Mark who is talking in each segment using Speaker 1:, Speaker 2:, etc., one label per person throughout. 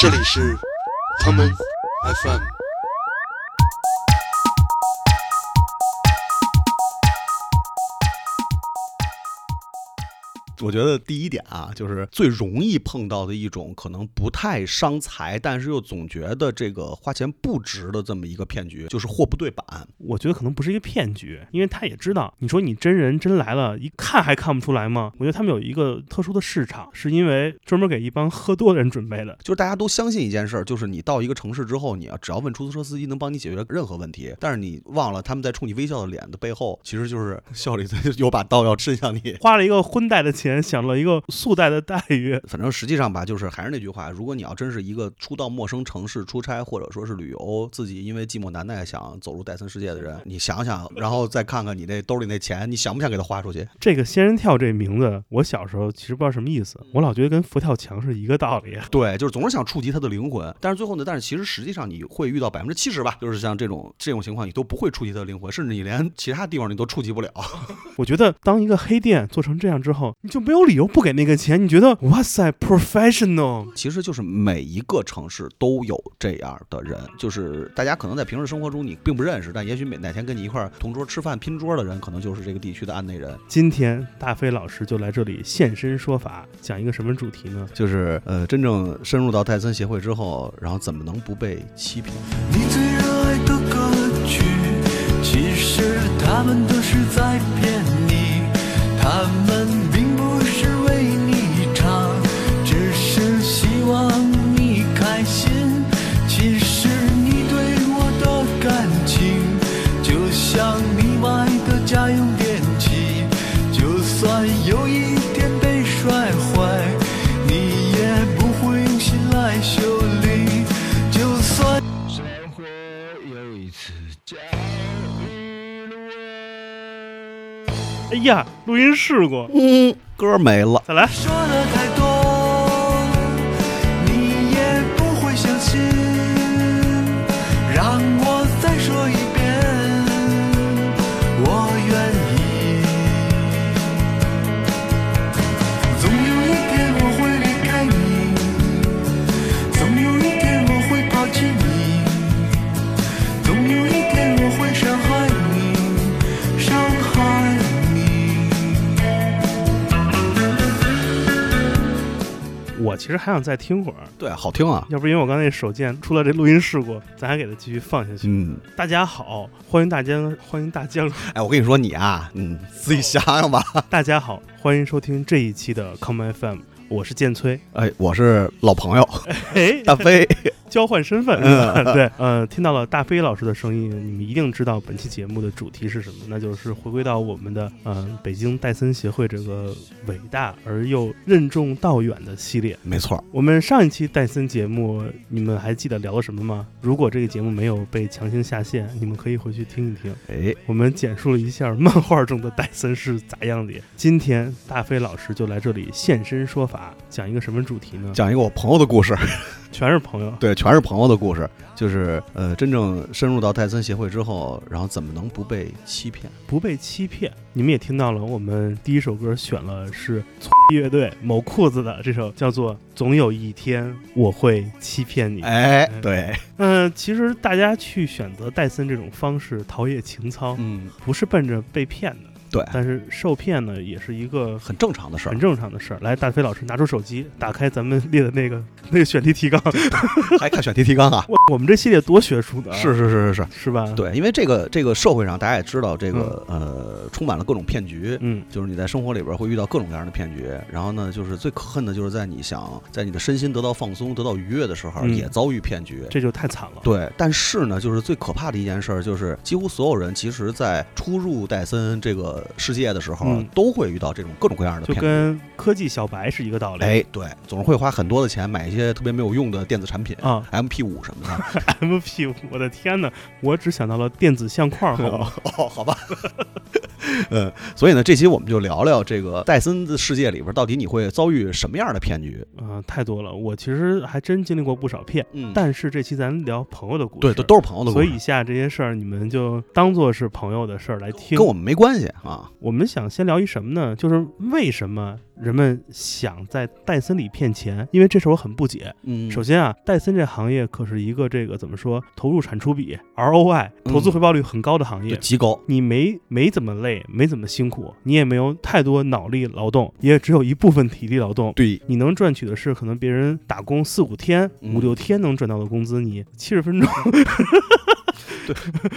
Speaker 1: 这里是他们 FM。
Speaker 2: 我觉得第一点啊，就是最容易碰到的一种可能不太伤财，但是又总觉得这个花钱不值的这么一个骗局，就是货不对版。
Speaker 3: 我觉得可能不是一个骗局，因为他也知道，你说你真人真来了，一看还看不出来吗？我觉得他们有一个特殊的市场，是因为专门给一帮喝多的人准备的。
Speaker 2: 就是大家都相信一件事儿，就是你到一个城市之后，你要只要问出租车司机能帮你解决任何问题，但是你忘了他们在冲你微笑的脸的背后，其实就是笑里在 有把刀要伸向你。
Speaker 3: 花了一个荤带的钱，享了一个素带的待遇。
Speaker 2: 反正实际上吧，就是还是那句话，如果你要真是一个初到陌生城市出差，或者说是旅游，自己因为寂寞难耐想走入戴森世界的人，你想想，然后再看看你那兜里那钱，你想不想给他花出去？
Speaker 3: 这个仙人跳这名字，我小时候其实不知道什么意思，我老觉得跟佛跳墙是一个道理。
Speaker 2: 对，就是总是想触及他的灵魂，但是最后呢，但是其实实际上你会遇到百分之七十吧，就是像这种这种情况，你都不会触及他的灵魂，甚至你连其他地方你都触及不了。
Speaker 3: 我觉得当一个黑店做成这样之后，你就没有理由不给那个钱。你觉得哇塞，professional，
Speaker 2: 其实就是每一个城市都有这样的人，就是大家可能在平时生活中你并不认识，但也许每哪天跟你一块儿同桌吃饭拼桌的人，可能就是这个地区的案内人。
Speaker 3: 今天大飞老师就来这里现身说法，讲一个什么主题呢？
Speaker 2: 就是呃，真正深入到戴森协会之后，然后怎么能不被欺骗？
Speaker 4: 你最热爱的歌曲，其实他们都是在骗你，他们并不是为你唱，只是希望你开心。其实你对我的感情，就像你买的家用电器，就算有一天被摔坏，你也不会用心来修理，就算。生活有一次教育了我。
Speaker 3: 哎呀，录音事故，
Speaker 2: 嗯，歌没了。
Speaker 3: 再来。
Speaker 4: 说的太多，你也不会相信。让我再说一遍，我愿意。总有一天我会离开你，总有一天我会抛弃你，总有一天我会伤害你，伤害你。
Speaker 3: 我其实还想再听会儿，
Speaker 2: 对，好听啊。
Speaker 3: 要不因为我刚才那手贱出了这录音事故，咱还给它继续放下去。
Speaker 2: 嗯，
Speaker 3: 大家好，欢迎大家，欢迎大家，
Speaker 2: 哎，我跟你说你啊，嗯，自己想想吧。
Speaker 3: 大家好，欢迎收听这一期的 Come FM，我是建崔。
Speaker 2: 哎，我是老朋友
Speaker 3: 哎，
Speaker 2: 大飞，
Speaker 3: 交换身份，是吧对，呃，听到了大飞老师的声音，你们一定知道本期节目的主题是什么，那就是回归到我们的呃北京戴森协会这个伟大而又任重道远的系列。
Speaker 2: 没错，
Speaker 3: 我们上一期戴森节目，你们还记得聊了什么吗？如果这个节目没有被强行下线，你们可以回去听一听。
Speaker 2: 哎，
Speaker 3: 我们简述了一下漫画中的戴森是咋样的。今天大飞老师就来这里现身说法，讲一个什么主题呢？
Speaker 2: 讲一个我朋友的故事。
Speaker 3: 全是朋友。
Speaker 2: 对，全是朋友的故事。就是呃，真正深入到戴森协会之后，然后怎么能不被欺骗？
Speaker 3: 不被欺骗。你们也听到了，我们第一首歌选了是乐队某裤子的这首叫做《总有一天我会欺骗你》。
Speaker 2: 哎，对，
Speaker 3: 嗯、其实大家去选择戴森这种方式陶冶情操，
Speaker 2: 嗯，
Speaker 3: 不是奔着被骗的，
Speaker 2: 对，
Speaker 3: 但是受骗呢也是一个
Speaker 2: 很正常的事儿
Speaker 3: 很，正常的事儿。来，大飞老师拿出手机，打开咱们列的那个那个选题提纲。
Speaker 2: 还看选题提纲啊？嗯
Speaker 3: 哇，我们这系列多学术的 啊，
Speaker 2: 是是是是是，
Speaker 3: 是吧？，
Speaker 2: 对，因为这个这个社会上大家也知道，这个呃充满了各种骗局。
Speaker 3: 嗯，
Speaker 2: 就是你在生活里边会遇到各种各样的骗局，然后呢，就是最可恨的就是在你想在你的身心得到放松、得到愉悦的时候，
Speaker 3: 嗯
Speaker 2: 也遭遇骗局。
Speaker 3: 这就太惨了。
Speaker 2: 对，但是呢，就是最可怕的一件事儿，就是几乎所有人其实，在初入戴森这个世界的时候，
Speaker 3: 嗯
Speaker 2: 都会遇到这种各种各样的
Speaker 3: 就
Speaker 2: 骗局。
Speaker 3: 跟科技小白是一个道理。
Speaker 2: 哎，对，总是会花很多的钱买一些特别没有用的电子产品
Speaker 3: 啊
Speaker 2: ，MP 五什么的。
Speaker 3: ，MP，我的天呐，我只想到了电子相框，好吗？
Speaker 2: 哦，好吧， 嗯，所以呢，这期我们就聊聊这个戴森的世界里边，到底你会遭遇什么样的骗局？
Speaker 3: 啊、太多了。我其实还真经历过不少骗，
Speaker 2: 哦嗯，
Speaker 3: 但是这期咱聊朋友的故事，
Speaker 2: 对，都都是朋友的故
Speaker 3: 所
Speaker 2: 事，
Speaker 3: 以以下这些事儿你们就当做是朋友的事儿来听。
Speaker 2: 跟我们没关系啊。
Speaker 3: 我们想先聊一什么呢？就是为什么人们想在戴森里骗钱？因为这事儿我很不解。
Speaker 2: 嗯，
Speaker 3: 首先啊，戴森这行业可是一个这个怎么说，投入产出比 ROI
Speaker 2: 嗯
Speaker 3: 投资回报率很高的行业。
Speaker 2: 就极高，
Speaker 3: 你没没怎么累，没怎么辛苦，你也没有太多脑力劳动，也只有一部分体力劳动。
Speaker 2: 对，
Speaker 3: 你能赚取的是可能别人打工四五天、
Speaker 2: 嗯
Speaker 3: 五六天能赚到的工资，你七十分钟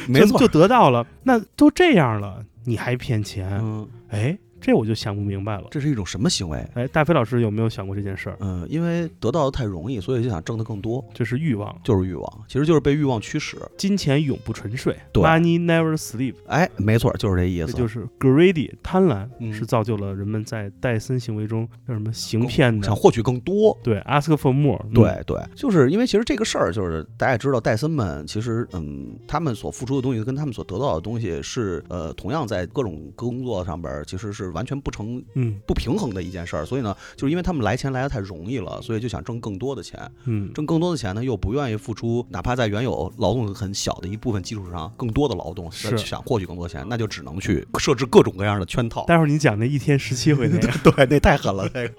Speaker 2: 没
Speaker 3: 就
Speaker 2: 错，
Speaker 3: 就得到了。那都这样了，你还骗钱？
Speaker 2: 嗯，
Speaker 3: 哎，这我就想不明白了。
Speaker 2: 这是一种什么行为？
Speaker 3: 哎，大飞老师有没有想过这件事儿？
Speaker 2: 嗯，因为得到的太容易，所以就想挣得更多，
Speaker 3: 这是欲望，
Speaker 2: 就是欲望，其实就是被欲望驱使。
Speaker 3: 金钱永不沉睡
Speaker 2: 对
Speaker 3: ，Money never sleep，
Speaker 2: 哎，没错，就是这意
Speaker 3: 这
Speaker 2: 思，
Speaker 3: 就是 greedy 贪婪，
Speaker 2: 嗯
Speaker 3: 是造就了人们在戴森行为中叫什么行骗
Speaker 2: 想
Speaker 3: 的。
Speaker 2: 获取更多。
Speaker 3: 对，ask for more，嗯
Speaker 2: 对对，就是因为其实这个事儿，就是大家也知道，戴森们其实，嗯，他们所付出的东西跟他们所得到的东西是，呃，同样在各种工作上边儿其实是完全不成
Speaker 3: 嗯
Speaker 2: 不平衡的一件事儿。所以呢，就是因为他们来钱来的太容易了，所以就想挣更多的钱，
Speaker 3: 嗯，
Speaker 2: 挣更多的钱呢，又不愿意付出，哪怕在原有劳动很小的一部分基础上，更多的劳动，
Speaker 3: 是
Speaker 2: 想获取更多钱，那就只能去设置各种各样的圈套。
Speaker 3: 待会儿你讲那一天十七回那个，
Speaker 2: 对，那太狠了，那个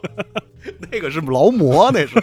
Speaker 2: 那个是劳模，那 是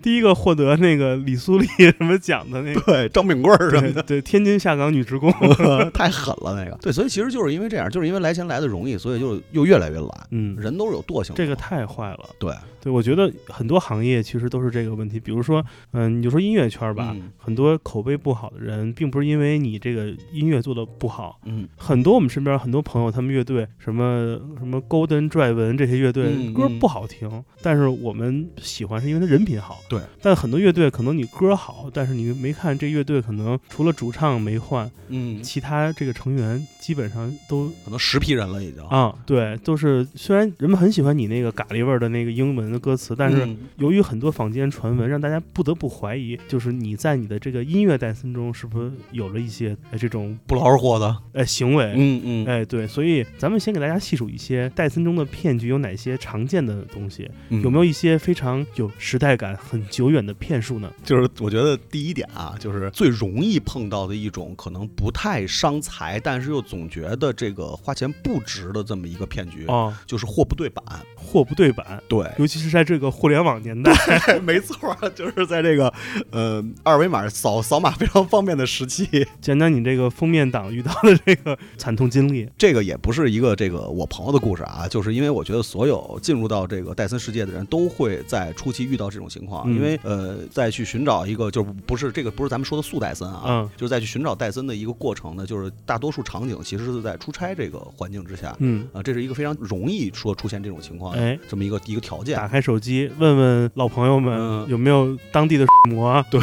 Speaker 3: 第一个获得那个李苏丽什么奖的那个，
Speaker 2: 对张炳贵儿 什么
Speaker 3: 对对，天津下岗女 职工，
Speaker 2: 的，太狠了那个。对，所以其实就是因为这样，就是因为来钱来的容易，所以就又越来越懒。
Speaker 3: 嗯，
Speaker 2: 人都是有惰性的嘛，
Speaker 3: 这个太坏了。
Speaker 2: 对，
Speaker 3: 对，我觉得很多行业其实都是这个问题。比如说，嗯、你就说音乐圈儿吧，
Speaker 2: 嗯
Speaker 3: 很多口碑不好的人，并不是因为你这个音乐做的不好。
Speaker 2: 嗯，
Speaker 3: 很多我们身边很多朋友，他们乐队什么什么 Golden Drive 这些乐队、
Speaker 2: 嗯
Speaker 3: 歌
Speaker 2: 嗯
Speaker 3: 不好听，但是我们喜欢是因为他人品好。
Speaker 2: 对，
Speaker 3: 但很多乐队可能你歌好，但是你没看这乐队可能除了主唱没换，
Speaker 2: 嗯，
Speaker 3: 其他这个成员基本上都
Speaker 2: 可能十批人了已经。
Speaker 3: 啊，对，都是虽然人们很喜欢你那个咖喱味儿的那个英文的歌词，但是
Speaker 2: 嗯
Speaker 3: 由于很多坊间传闻，让大家不得不怀疑，就是你在你的这个音乐戴森中是不是有了一些呃这种
Speaker 2: 不劳而获的，
Speaker 3: 呃行为。
Speaker 2: 嗯嗯
Speaker 3: 哎，对，所以咱们先给大家细数一些戴森中的骗局有哪些常见的东西，
Speaker 2: 嗯
Speaker 3: 有没有一些非常有时代感、很久远的骗术呢？
Speaker 2: 就是我觉得第一点啊，就是最容易碰到的一种可能不太伤财，但是又总觉得这个花钱不值的这么一个骗局，
Speaker 3: 哦，
Speaker 2: 就是货不对版。
Speaker 3: 货不对版，
Speaker 2: 对，
Speaker 3: 尤其是在这个互联网年代，
Speaker 2: 没错，啊就是在这个呃二维码扫扫码非常方便的时期，
Speaker 3: 讲讲你这个封面党遇到的这个惨痛经历。
Speaker 2: 这个也不是一个这个我朋友的故事啊，就是因为我觉得所有进入到这个戴森世界的人都会在初期遇到这种情况，
Speaker 3: 嗯
Speaker 2: 因为呃再去寻找一个就是不是这个不是咱们说的速戴森啊，
Speaker 3: 嗯
Speaker 2: 就是再去寻找戴森的一个过程呢，就是大多数场景其实是在出差这个环境之下，
Speaker 3: 嗯，
Speaker 2: 啊，这是一个非常容易说出现这种情况的
Speaker 3: 哎，
Speaker 2: 这么一个一个条件
Speaker 3: 打，开手机问问老朋友们
Speaker 2: 嗯
Speaker 3: 有没有当地的 膜啊？对，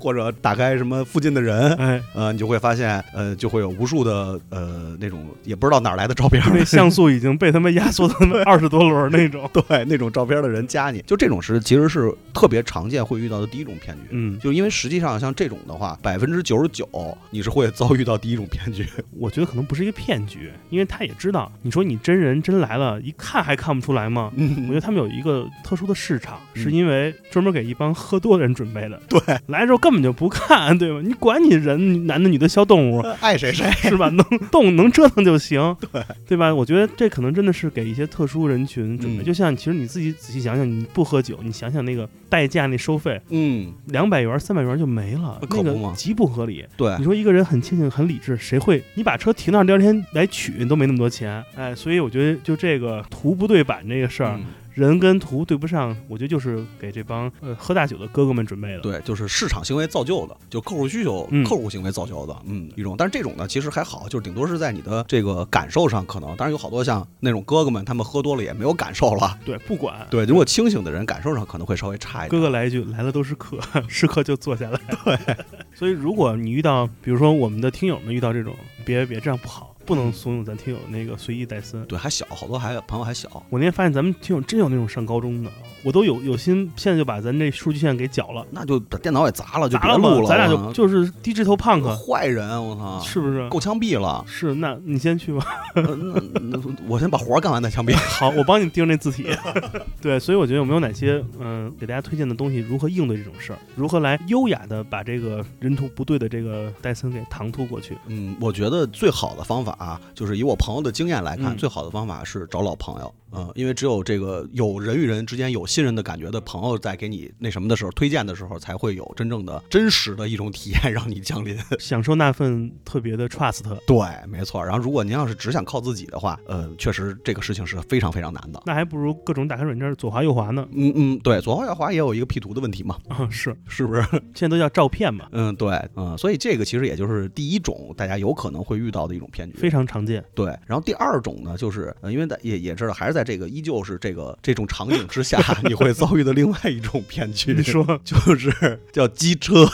Speaker 2: 或者打开什么附近的人。
Speaker 3: 哎，
Speaker 2: 呃，你就会发现，呃，就会有无数的呃那种也不知道哪儿来的照片，
Speaker 3: 那像素已经被他们压缩到他们二十多轮儿那种。
Speaker 2: 对那种照片的人加你，就这种是其实是特别常见会遇到的第一种骗局。
Speaker 3: 嗯，
Speaker 2: 就因为实际上像这种的话，百分之九十九你是会遭遇到第一种骗局。
Speaker 3: 我觉得可能不是一个骗局，因为他也知道，你说你真人真来了，一看还看不出来吗？我觉
Speaker 2: 嗯，
Speaker 3: 得他们有一个特殊的市场，
Speaker 2: 嗯
Speaker 3: 是因为专门给一帮喝多的人准备的。对，来的时候根本就不看，对吧？你管你人男的女的小动物，
Speaker 2: 爱谁谁。
Speaker 3: 是吧？能动能折腾就行，对对吧？我觉得这可能真的是给一些特殊人群准备。
Speaker 2: 嗯
Speaker 3: 就像其实你自己仔细想想，你不喝酒，你想想那个代驾那收费，
Speaker 2: 嗯，
Speaker 3: 两百元、三百元就没了，
Speaker 2: 可
Speaker 3: 那
Speaker 2: 不嘛哎
Speaker 3: 个极不合理。
Speaker 2: 对
Speaker 3: 你，说一个人很清醒、很理智，谁会？你把车停那儿，第二天来取你都没那么多钱，哎，所以我觉得就这个图不对版这个事儿，
Speaker 2: 嗯
Speaker 3: 人跟图对不上，我觉得就是给这帮呃喝大酒的哥哥们准备的。
Speaker 2: 对，就是市场行为造就的，就客户需求、
Speaker 3: 嗯
Speaker 2: 客户行为造就的，嗯，一种。但是这种呢，其实还好，就是顶多是在你的这个感受上可能。当然有好多像那种哥哥们，他们喝多了也没有感受了。
Speaker 3: 对，不管。
Speaker 2: 对，如果清醒的人，感受上可能会稍微差一点。
Speaker 3: 哥哥来一句：“来了都 是客， 是客就坐 下来。”对，所以如果你遇到，比如说我们的听友们遇到这种，别别这样不好，
Speaker 2: 嗯
Speaker 3: 不能怂恿咱听友那个随意戴森。
Speaker 2: 对，还小，好多还朋友还小，
Speaker 3: 我那天发现咱们听友真有那种上高中的，我都有有心现在就把咱这数据线给搅了，
Speaker 2: 那就把电脑也砸了，就
Speaker 3: 砸
Speaker 2: 别
Speaker 3: 嘛
Speaker 2: 录了。
Speaker 3: 咱俩
Speaker 2: 我
Speaker 3: 就
Speaker 2: 操
Speaker 3: 就是低着头胖哥，
Speaker 2: 坏人，我操，
Speaker 3: 是不是？。
Speaker 2: 够枪毙了
Speaker 3: 是，那你先去吧。
Speaker 2: 呃那那我先把活儿干完再枪毙。
Speaker 3: 好，我帮你盯着那字 体。对，所以我觉得有没有哪些嗯、给大家推荐的东西，如何应对这种事儿，如何来优雅的把这个人图不对的这个戴森给唐突 过去？
Speaker 2: 嗯，我觉得最好的方法、啊、就是以我朋友的经验来看，
Speaker 3: 嗯
Speaker 2: 最好的方法是找老朋友。嗯，因为只有这个有人与人之间有信任的感觉的朋友，在给你那什么的时候推荐的时候，才会有真正的真实的一种体验让你降临。
Speaker 3: 享受那份特别的 trust，
Speaker 2: 对，没错。然后，如果您要是只想靠自己的话，呃，确实这个事情是非常非常难的。
Speaker 3: 那还不如各种打开软件左滑右滑呢。
Speaker 2: 嗯嗯，对，左滑右滑也有一个 P 图的问题嘛，
Speaker 3: 啊，是，
Speaker 2: 是不是？
Speaker 3: 现在都叫照片嘛，
Speaker 2: 嗯，对，嗯，所以这个其实也就是第一种大家有可能会遇到的一种骗局。
Speaker 3: 非常常见。
Speaker 2: 对，然后第二种呢，就是、呃、因为在也也知道，还是在这个依旧是这个这种场景之 下，你会遭遇的另外一种骗局。
Speaker 3: 你说
Speaker 2: 就是叫机车，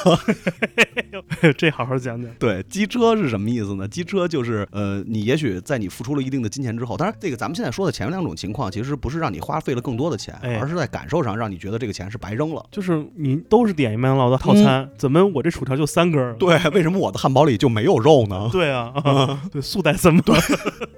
Speaker 3: 这好好讲讲。
Speaker 2: 对，机车是什么意思呢？机车就是呃，你也许在你付出了一定的金钱之后，当然这个咱们现在说的前面两种情况，其实不是让你花费了更多的钱，
Speaker 3: 哎
Speaker 2: 而是在感受上让你觉得这个钱是白扔了。
Speaker 3: 就是你都是点麦当劳的套餐，怎么我这薯条就三根儿？
Speaker 2: 嗯对，为什么我的汉堡里就没有肉呢？
Speaker 3: 对啊，
Speaker 2: 嗯
Speaker 3: 啊 对速带森嘛，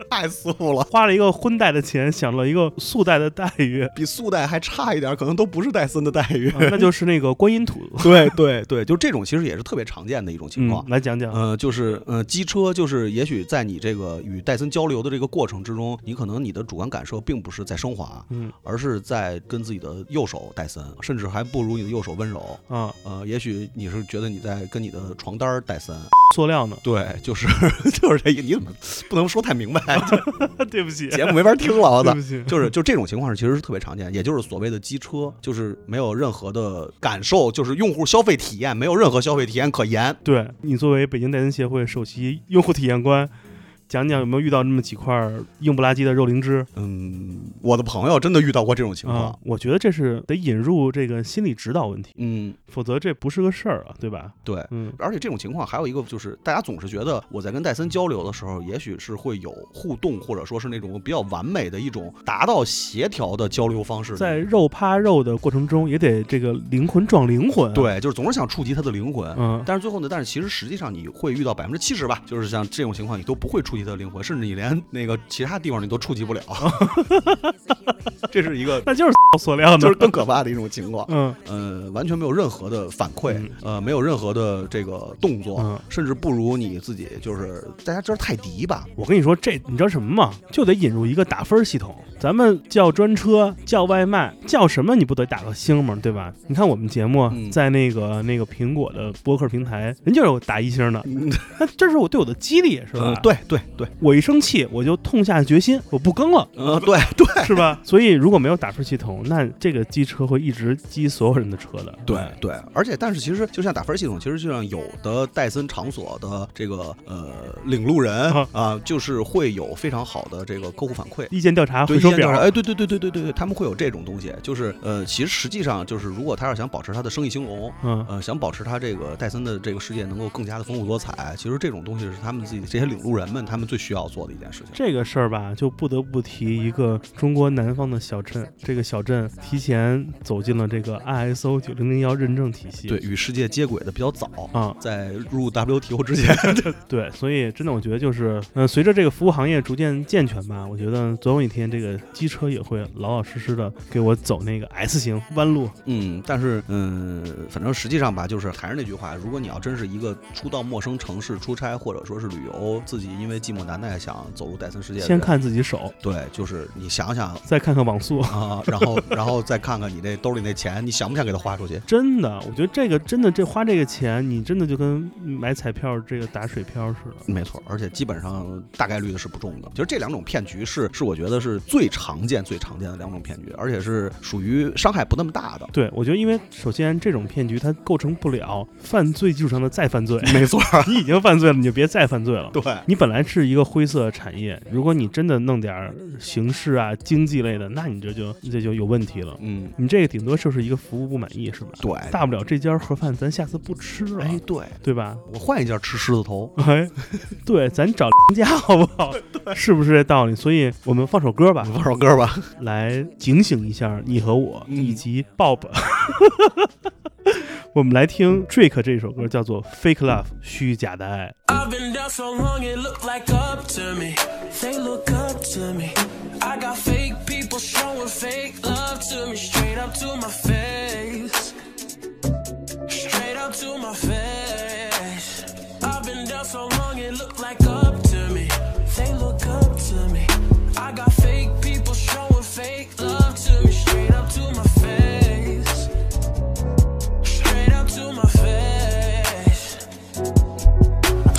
Speaker 2: 太素了，
Speaker 3: 花了一个荤带的钱，享了一个素带的待遇，啊
Speaker 2: 比素带还差一点，可能都不是戴森的待遇。
Speaker 3: 那就是那个观音土
Speaker 2: 对对对，就这种其实也是特别常见的一种情况
Speaker 3: 嗯。。来讲讲，
Speaker 2: 呃，就是呃，机车就是，也许在你这个与戴森交流的这个过程之中，你可能你的主观感受并不是在升华，
Speaker 3: 嗯
Speaker 2: 而是在跟自己的右手戴森，甚至还不如你的右手温柔。
Speaker 3: 啊，
Speaker 2: 呃，也许你是觉得你在跟你的床单儿戴森，
Speaker 3: 塑料 呢？
Speaker 2: 对，就是就是这个，你怎么不能说太明白？嗯
Speaker 3: 对不起，
Speaker 2: 节目没法听了，我
Speaker 3: 对
Speaker 2: 操
Speaker 3: 不！起，
Speaker 2: 就是就这种情况是其实是特别常见，也就是所谓的机车，就是没有任何的感受，就是用户消费体验没有任何消费体验可言。
Speaker 3: 对你作为北京戴森协会首席用户体验官，讲讲有没有遇到那么几块硬不拉几的肉灵芝
Speaker 2: 嗯，我的朋友真的遇到过这种情况。
Speaker 3: 啊？我觉得这是得引入这个心理指导问题，
Speaker 2: 嗯，
Speaker 3: 否则这不是个事儿啊，对吧？
Speaker 2: 对。
Speaker 3: 嗯，
Speaker 2: 而且这种情况还有一个就是，大家总是觉得我在跟戴森交流的时候，也许是会有互动，或者说是那种比较完美的一种达到协调的交流方式。
Speaker 3: 在肉趴肉的过程中，也得这个灵魂撞灵魂。，
Speaker 2: 对，就是总是想触及他的灵魂。
Speaker 3: 嗯，
Speaker 2: 但是最后呢？但是其实实际上你会遇到百分之七十吧，就是像这种情况，你都不会触及他的灵魂，甚至你连那个其他地方你都触及不 了。这是一个
Speaker 3: 那就是 塑料呢，
Speaker 2: 就是更可怕的一种情况。
Speaker 3: 嗯
Speaker 2: 呃，完全没有任何的反馈
Speaker 3: 嗯，
Speaker 2: 呃，没有任何的这个动作，
Speaker 3: 嗯。
Speaker 2: 甚至不如你自己，就是大家知道泰迪吧？
Speaker 3: 我跟你说，这你知道什么吗？就得引入一个打分系统。咱们叫专车，叫外卖，叫什么你不得打个星吗？对吧？你看我们节目啊
Speaker 2: 嗯
Speaker 3: 在那个那个苹果的播客平台，人就是有打一星的，那这嗯是我对我的激励，是吧
Speaker 2: 呃？，嗯对对对，
Speaker 3: 我一生气我就痛下决心，我不更 了，
Speaker 2: 呃，对对
Speaker 3: 是吧？所以如果没有打分系统，那这个机车会一直激所有人的车的。 嗯
Speaker 2: 对对，而且但是其实就像打分系统，其实就像有的戴森场所的这个呃领路人
Speaker 3: 啊
Speaker 2: 啊、就是会有非常好的这个客户反馈。
Speaker 3: 意见调查
Speaker 2: 对
Speaker 3: 回
Speaker 2: 意
Speaker 3: 收
Speaker 2: 见调
Speaker 3: 表
Speaker 2: 查，哎，对对对对对对对，他们会有这种东西，就是呃，其实实际上就是，如果他要想保持他的生意兴隆，
Speaker 3: 嗯，
Speaker 2: 呃，想保持他这个戴森的这个世界能够更加的丰富多彩，其实这种东西是他们自己这些领路人们他们最需要做的一件事情。
Speaker 3: 这个事儿吧，就不得不提一个中国南方的小镇，这个小镇提前走进了这个 ISO 九零零幺认证体系。
Speaker 2: 对，与世界接轨的比较早，
Speaker 3: 啊、
Speaker 2: 在入 WTO 之 前，
Speaker 3: 对，所以真的，我觉得就是，嗯、随着这个服务行业逐渐健全吧，我觉得总有一天这个机车也会老老实实的给我走那个 S 型弯路。
Speaker 2: 嗯，但是嗯，反正实际上吧，就是还是那句话，如果你要真是一个初到陌生城市出差，或者说是旅游，自己因为寂寞难耐想走入戴森世界的人，
Speaker 3: 先看自己手，
Speaker 2: 对，就是你想想。
Speaker 3: 再看看网速。
Speaker 2: 啊，然后，然后再看看你这兜里那钱，你想不想给它花出去？
Speaker 3: 真的，我觉得这个真的，这花这个钱，你真的就跟买彩票这个打水漂似的。
Speaker 2: 没错，而且基本上大概率的是不中的。其实这两种骗局是是我觉得是最常见、最常见的两种骗局，而且是属于伤害不那么大的。
Speaker 3: 对，我觉得因为首先这种骗局它构成不了犯罪基础上的再犯罪，
Speaker 2: 没错，
Speaker 3: 你已经犯罪了，你就别再犯罪了。
Speaker 2: 对，
Speaker 3: 你本来是是一个灰色产业。如果你真的弄点儿形式啊、经济类的，那你这就这就有问题了。
Speaker 2: 嗯，
Speaker 3: 你这个顶多就是一个服务不满意，是吧？
Speaker 2: 对，
Speaker 3: 大不了这家盒饭咱下次不吃了，
Speaker 2: 哎，对
Speaker 3: 对吧？
Speaker 2: 我换一家吃狮子头，
Speaker 3: 哎，对，咱找人家好不 好？是不是这道理？所以我们放首歌吧
Speaker 2: 你，放首歌吧。
Speaker 3: 来警醒一下你和我、
Speaker 2: 嗯
Speaker 3: 以及 Bob。我们来听 Drake 这首歌，叫做《Fake Love》虚假的爱。
Speaker 5: I've been down so long, it look like up to me. They look up to me. I got fake people showing fake love to me, straight up to my face. Straight up to my face. I've been down so long, it look like up to me. They look up to me. I got fake people showing fake love to me, straight up to my face. Straight up to my face.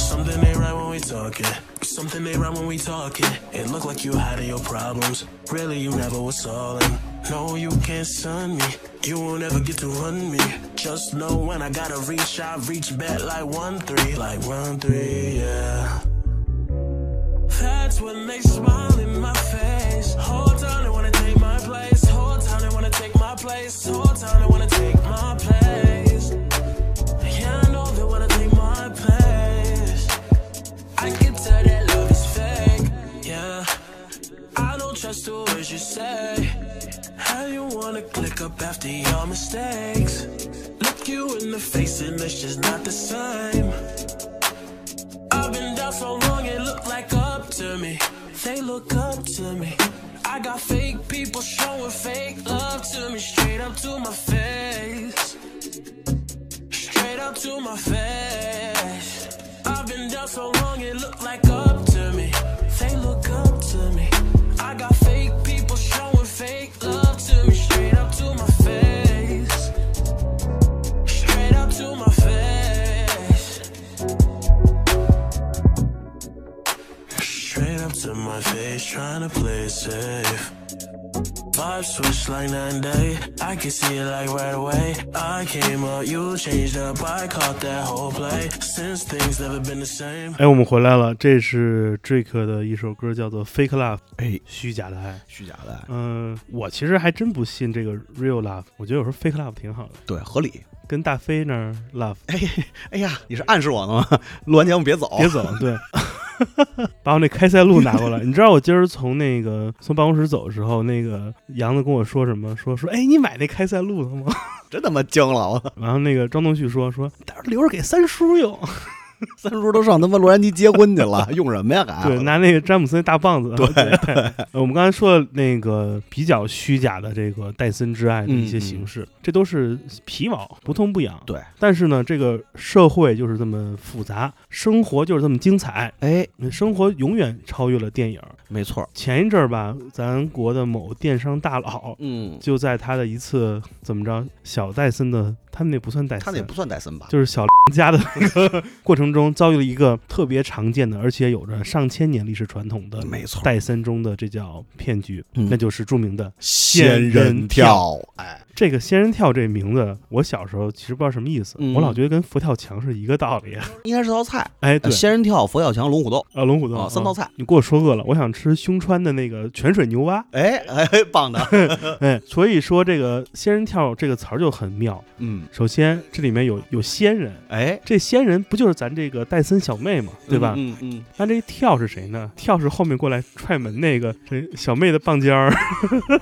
Speaker 5: Something ain't right when we talking. Something ain't right when we talking. It look like you hiding your problems. Really, you never was solving. No, you can't sun me. You won't ever get to run me. Just know when I gotta reach, I reach back like one three, like one three, yeah. That's when they smile in my face. Whole time they wanna take my place. Whole time they wanna take my place. Whole time they wanna take my place. Yeah, I know they wanna take my place. I can tell that love is fake. Yeah, I don't trust the words you say. How you wanna click up after your mistakes? Look you in the face and it's just not the same. I've been down so long, it look like up to me. They look up to me. I got fake people showing fake love to me, straight up to my face straight up to my face. I've been down so long, it look like up to me. They look up to me. I got fake people showing fake love to me, straight up to my face. Straight up to my face. Straight up to my face, trying to play it safe. Vibe switch like nine day. I can see it like right away. I came up, you changed up. I caught that whole play. Since things never been the same.
Speaker 3: 哎，我们回来了，这是 Drake 的一首歌，叫做《Fake Love》，
Speaker 2: 哎，
Speaker 3: 虚假的爱。
Speaker 2: 虚假的爱，
Speaker 3: 嗯、我其实还真不信这个 real love，我觉得有时候 fake love 挺好的。
Speaker 2: 对，合理。
Speaker 3: 跟大飞那儿 love，
Speaker 2: 哎呀，你是暗示我呢吗？录完节目别走，
Speaker 3: 别走，对， 把我那开塞露拿过来。你知道我今儿从那个从办公室走的时候，那个杨子跟我说什么？说说，哎，你买那开塞露了吗？
Speaker 2: 真他妈精了！我操，
Speaker 3: 然后那个张东旭说说，到时候留着给三叔用。
Speaker 2: 三叔都上他妈洛杉矶结婚去了，用什么呀？还
Speaker 3: 对，拿那个詹姆斯那大棒子。对对 呃我们刚才说的那个比较虚假的这个戴森之爱的一些形式，这都是皮毛，不痛不痒。
Speaker 2: 对，
Speaker 3: 但是呢，这个社会就是这么复杂，生活就是这么精彩，
Speaker 2: 哎，
Speaker 3: 生活永远超越了电影。
Speaker 2: 没错儿，
Speaker 3: 前一阵儿吧，咱国的某电商大佬。
Speaker 2: 嗯，
Speaker 3: 就在他的一次怎么着小戴森的，他们那不算戴森，
Speaker 2: 他那也不算戴森吧？
Speaker 3: 就是小 家的 那个过程中遭遇了一个特别常见的，而且有着上千年历史传统的
Speaker 2: 没错儿，
Speaker 3: 戴森中的这叫骗局，
Speaker 2: 嗯
Speaker 3: 那就是著名的
Speaker 2: 仙人跳，哎，
Speaker 3: 这个仙人跳这名字。我小时候其实不知道什么意思，
Speaker 2: 嗯
Speaker 3: 我老觉得跟佛跳墙是一个道理。啊
Speaker 2: 应该是道菜，
Speaker 3: 哎，对
Speaker 2: 呃，仙人跳、佛跳墙、龙虎斗，
Speaker 3: 啊，龙虎斗、
Speaker 2: 哦三道菜
Speaker 3: 嗯你给我说饿了，我想吃胸川的那个泉水牛蛙。
Speaker 2: 哎哎，棒的，
Speaker 3: 哎，所以说这个仙人跳这个词儿就很妙。
Speaker 2: 嗯，
Speaker 3: 首先，这里面有有仙人，
Speaker 2: 哎，
Speaker 3: 这仙人不就是咱这个戴森小妹嘛，对吧？
Speaker 2: 嗯嗯，
Speaker 3: 那这跳是谁呢？跳是后面过来踹门那个这小妹的棒 尖儿，
Speaker 2: 嗯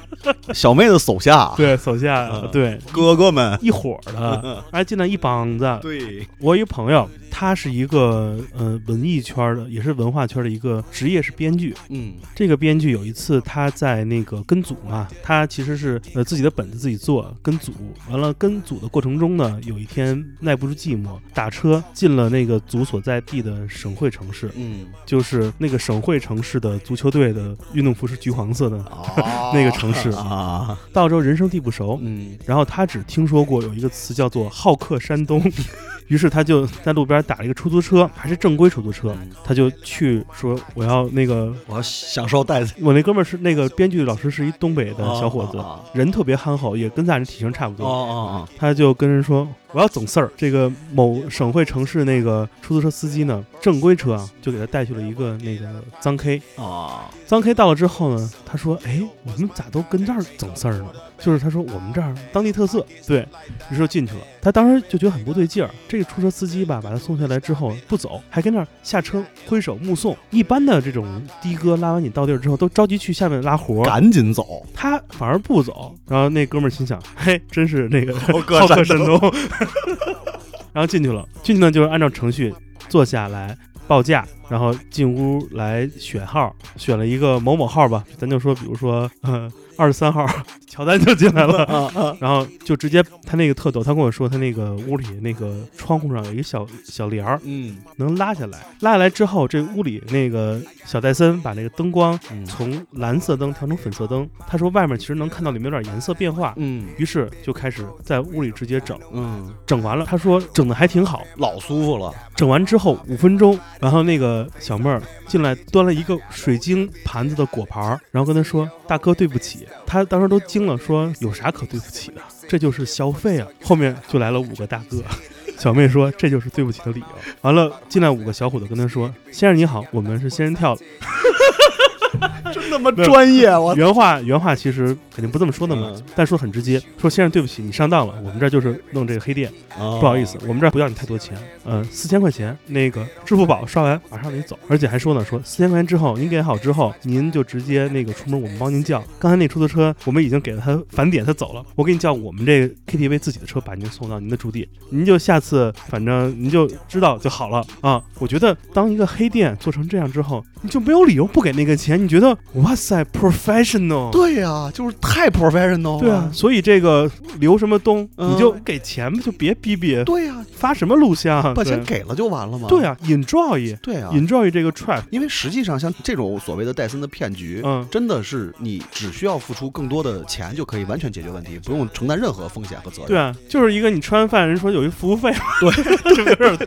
Speaker 2: 小妹子手下，
Speaker 3: 对，手下
Speaker 2: 嗯
Speaker 3: 对
Speaker 2: 哥哥们，
Speaker 3: 一伙儿的，还进来一帮子。
Speaker 2: 对，
Speaker 3: 我有一朋友，他是一个呃文艺圈儿的，也是文化圈儿的一个职业是编剧。
Speaker 2: 嗯
Speaker 3: 这个编剧有一次他在那个跟组嘛，他其实是呃自己的本子自己做跟组，完了跟组的过程中呢，有一天耐不住寂寞，打车进了那个组所在地的省会城市，
Speaker 2: 嗯，
Speaker 3: 就是那个省会城市的足球队的运动服是橘黄色的，
Speaker 2: 哦
Speaker 3: 那个城市
Speaker 2: 啊，
Speaker 3: 到时候人生地不熟，
Speaker 2: 嗯，
Speaker 3: 然后他只听说过有一个词叫做“好客山东”， 于是他就在路边打了一个出租车，还是正规出租车，
Speaker 2: 嗯
Speaker 3: 他就去说我要那个，
Speaker 2: 我要享受戴森
Speaker 3: 我那哥们儿是那个编剧老师是一东北的小伙子，
Speaker 2: 哦
Speaker 3: 人特别憨厚，也跟咱这体型差不多，
Speaker 2: 哦哦，
Speaker 3: 他就跟人说我要整事儿。这个某省会城市那个出租车司机呢，正规车啊，就给他带去了一个那个脏 K。
Speaker 2: 啊，
Speaker 3: 脏 K 到了之后呢，他说：“哎，我们咋都跟这儿整事儿呢？就是他说我们这儿当地特色。”对，于是就进去了。他当时就觉得很不对劲儿，这个出租车司机吧，把他送下来之后不走，还跟那儿下车挥手目送。一般的这种的哥拉完你到地儿之后，都着急去下面拉活儿，
Speaker 2: 赶紧走，
Speaker 3: 他反而不走。然后那哥们儿心想：“嘿，真是那个好
Speaker 2: 客
Speaker 3: 客
Speaker 2: 山
Speaker 3: 山东。” 然后进去了，进去呢就是按照程序坐下来报价，然后进屋来选号，选了一个某某号吧，咱就说比如说呃二十三号，乔丹就进来了。然后就直接，他那个特逗，他跟我说，他那个屋里那个窗户上有一个小小帘儿，
Speaker 2: 嗯
Speaker 3: 能拉下来。拉下来之后，这屋里那个小戴森把那个灯光
Speaker 2: 嗯
Speaker 3: 从蓝色灯调成粉色灯。他说外面其实能看到里面有点颜色变化，
Speaker 2: 嗯
Speaker 3: 于是就开始在屋里直接整，
Speaker 2: 嗯，
Speaker 3: 整完了，他说整的还挺好。
Speaker 2: 老舒服了，
Speaker 3: 整完之后五分钟，然后那个小妹儿进来端了一个水晶盘子的果盘儿，然后跟他说：“大哥，对不起。”他当时都惊了，说：“有啥可对不起的？这就是消费啊！”后面就来了五个大哥。小妹说：“这就是对不起的理由。”完了，进来五个小伙子跟他说：“先生你好，我们是仙人跳的。
Speaker 2: 真他妈
Speaker 3: 专
Speaker 2: 业，啊我
Speaker 3: 原话原话其实肯定不这么说的嘛
Speaker 2: 嗯，
Speaker 3: 但说得很直接，说先生对不起，你上当了，我们这儿就是弄这个黑店，
Speaker 2: 不
Speaker 3: 不好意思，，我们这儿不要你太多钱，呃，四千块钱，那个支付宝刷完马上让你走，而且还说呢，说四千块钱之后您给好之后，您就直接那个出门我们帮您叫。刚才那出租车我们已经给了他返点，他走了，我给你叫我们这个 KTV 自己的车把您送到您的驻地，您就下次反正您就知道就好了啊。我觉得当一个黑店做成这样之后，你就没有理由不给那个钱，你觉得哇塞 professional。
Speaker 2: 对呀，就是太 professional 了，
Speaker 3: 对啊，，所以这个留什么东，
Speaker 2: 嗯
Speaker 3: 你就给钱吧，就别逼逼。
Speaker 2: 对呀，
Speaker 3: 发什么录像？啊
Speaker 2: 把钱
Speaker 3: 对
Speaker 2: 给了就完了嘛，
Speaker 3: 对啊，enjoy
Speaker 2: 对啊，
Speaker 3: enjoy 这个 trap，
Speaker 2: 因为实际上像这种所谓的戴森的骗局，
Speaker 3: 嗯，
Speaker 2: 真的是你只需要付出更多的钱就可以完全解决问题，不用承担任何风险和责任。
Speaker 3: 对啊，就是一个你吃完饭人说有一服务费，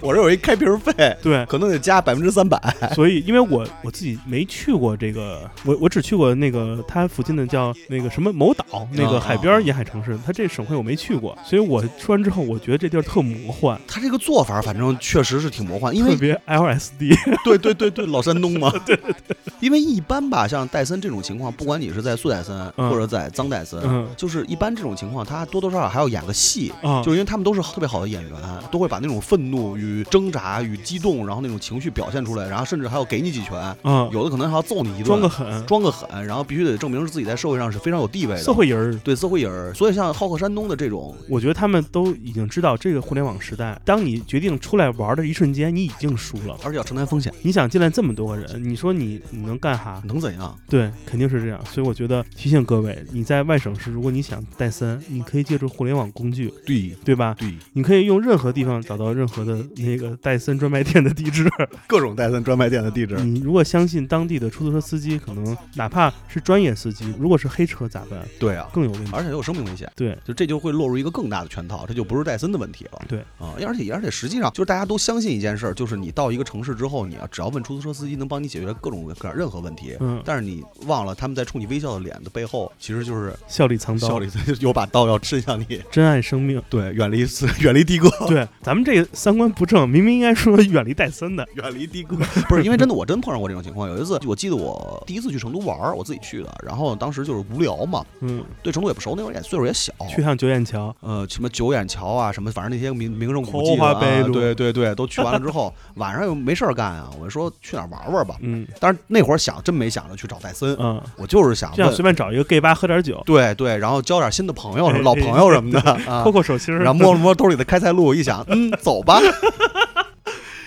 Speaker 2: 我这有一开瓶费，
Speaker 3: 对，
Speaker 2: 可能得加百分之三百。
Speaker 3: 所以因为我我自己没去过这个，我我只去过那个它附近的叫那个什么某岛那
Speaker 2: 啊
Speaker 3: 个海边沿海城市，它这省会我没去过，所以我说完之后，我觉得这地儿特魔幻，
Speaker 2: 他这个做法反正确实是挺魔幻，因
Speaker 3: 特
Speaker 2: 为
Speaker 3: 别 LSD，
Speaker 2: 对 对对对，老山东嘛，对对对。因为一般吧，像戴森这种情况，不管你是在苏戴森
Speaker 3: 嗯
Speaker 2: 或者在张戴森，
Speaker 3: 嗯
Speaker 2: 就是一般这种情况，他多多少少还要演个戏。
Speaker 3: 啊，
Speaker 2: 就是因为他们都是特别好的演员，都会把那种愤怒与挣扎与激动，然后那种情绪表现出来，然后甚至还要给你几拳，
Speaker 3: 啊，
Speaker 2: 有的可能还要揍你一顿，
Speaker 3: 装个狠，
Speaker 2: 装个狠，然后必须得证明是自己在社会上是非常有地位的，
Speaker 3: 社会人儿。
Speaker 2: 对社会人儿。所以像《浩克山东》的这种，
Speaker 3: 我觉得他们都已经知道这个互联网时代，当你决定出来玩儿的一瞬间，你已经输了。
Speaker 2: 而且要承担风险，
Speaker 3: 你想进来这么多个人，你说你你能干哈？
Speaker 2: 能怎样？
Speaker 3: 对，肯定是这样。所以我觉得提醒各位，你在外省市，如果你想戴森，你可以借助互联网工具，
Speaker 2: 对
Speaker 3: 对吧？
Speaker 2: 对，
Speaker 3: 你可以用任何地方找到任何的那个戴森专卖店的地址。
Speaker 2: 各种戴森专卖店的地址
Speaker 3: 你如果相信当地的出租车司机，可能哪怕是专业司机，如果是黑车咋办？
Speaker 2: 对啊，
Speaker 3: 更有问题。
Speaker 2: 而且还有生命危险。
Speaker 3: 对，
Speaker 2: 就这就会落入一个更大的圈套，这就不是戴森的问题了。
Speaker 3: 对
Speaker 2: 啊，而且而且实际上就是大家都相信一件事儿，就是你到一个城市之后，你要只要问出租车司机，能帮你解决各种各样任何问题。
Speaker 3: 嗯，
Speaker 2: 但是你忘了，他们在冲你微笑的脸的背后，其实就是
Speaker 3: 笑里藏
Speaker 2: 笑
Speaker 3: 刀，
Speaker 2: 里 有把刀要伸向你。
Speaker 3: 珍爱生命。
Speaker 2: 对，远离 远离的哥，
Speaker 3: 对，咱们这三观不正，明明应该说 远离戴森的。
Speaker 2: 远离的哥。 不是因为真的，我真碰上过这种情况。有一次，我记得我第一次去成都玩儿，我自己去的，然后当时就是无聊嘛，
Speaker 3: 嗯，
Speaker 2: 对成都也不熟，那会儿也岁数也小，
Speaker 3: 去趟九眼桥，
Speaker 2: 呃，什么九眼桥啊，什么反正那些名名胜古迹的
Speaker 3: 黄花北
Speaker 2: 啊，
Speaker 3: 路
Speaker 2: 对对对，都去完了之 后，晚上又没事儿干啊，我说去哪儿玩玩吧。
Speaker 3: 嗯
Speaker 2: 但是那会儿想真没想着去找戴森，
Speaker 3: 嗯，
Speaker 2: 我就是想
Speaker 3: 这样随
Speaker 2: 问，
Speaker 3: 便找一个 gay 吧喝点酒，
Speaker 2: 对对，然后交点新的朋 友什么
Speaker 3: 哎
Speaker 2: 老朋友什么的啊
Speaker 3: 扣，扣 手心儿，
Speaker 2: 然后摸了摸兜里的开塞露，一想，嗯， 走吧。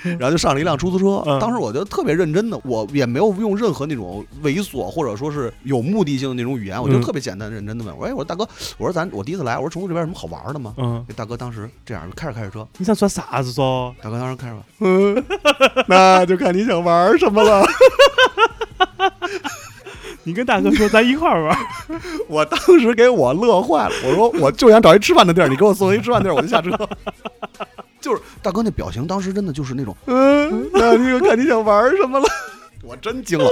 Speaker 2: 然后就上了一辆出租车，
Speaker 3: 嗯
Speaker 2: 当时我就特别认真的，我也没有用任何那种猥琐或者说是有目的性的那种语言，我就
Speaker 3: 嗯
Speaker 2: 特别简单认真的问，我说，哎，我说大哥，我说咱我第一次来，我说成都这边有什么好玩的吗？
Speaker 3: 嗯，
Speaker 2: 这大哥当时这样开着开着车，
Speaker 3: 你想说啥子嗦？
Speaker 2: 大哥当时开着吧，嗯 那就看你想玩什么了。
Speaker 3: 你跟大哥说，咱一块儿玩儿。
Speaker 2: 我当时给我乐坏了， 我说我就想找一吃饭的地儿，你给我送一吃饭地儿，我就下车。 就是大哥那表情，当时真的就是那种，嗯，那就看你想玩什么了。我真惊了，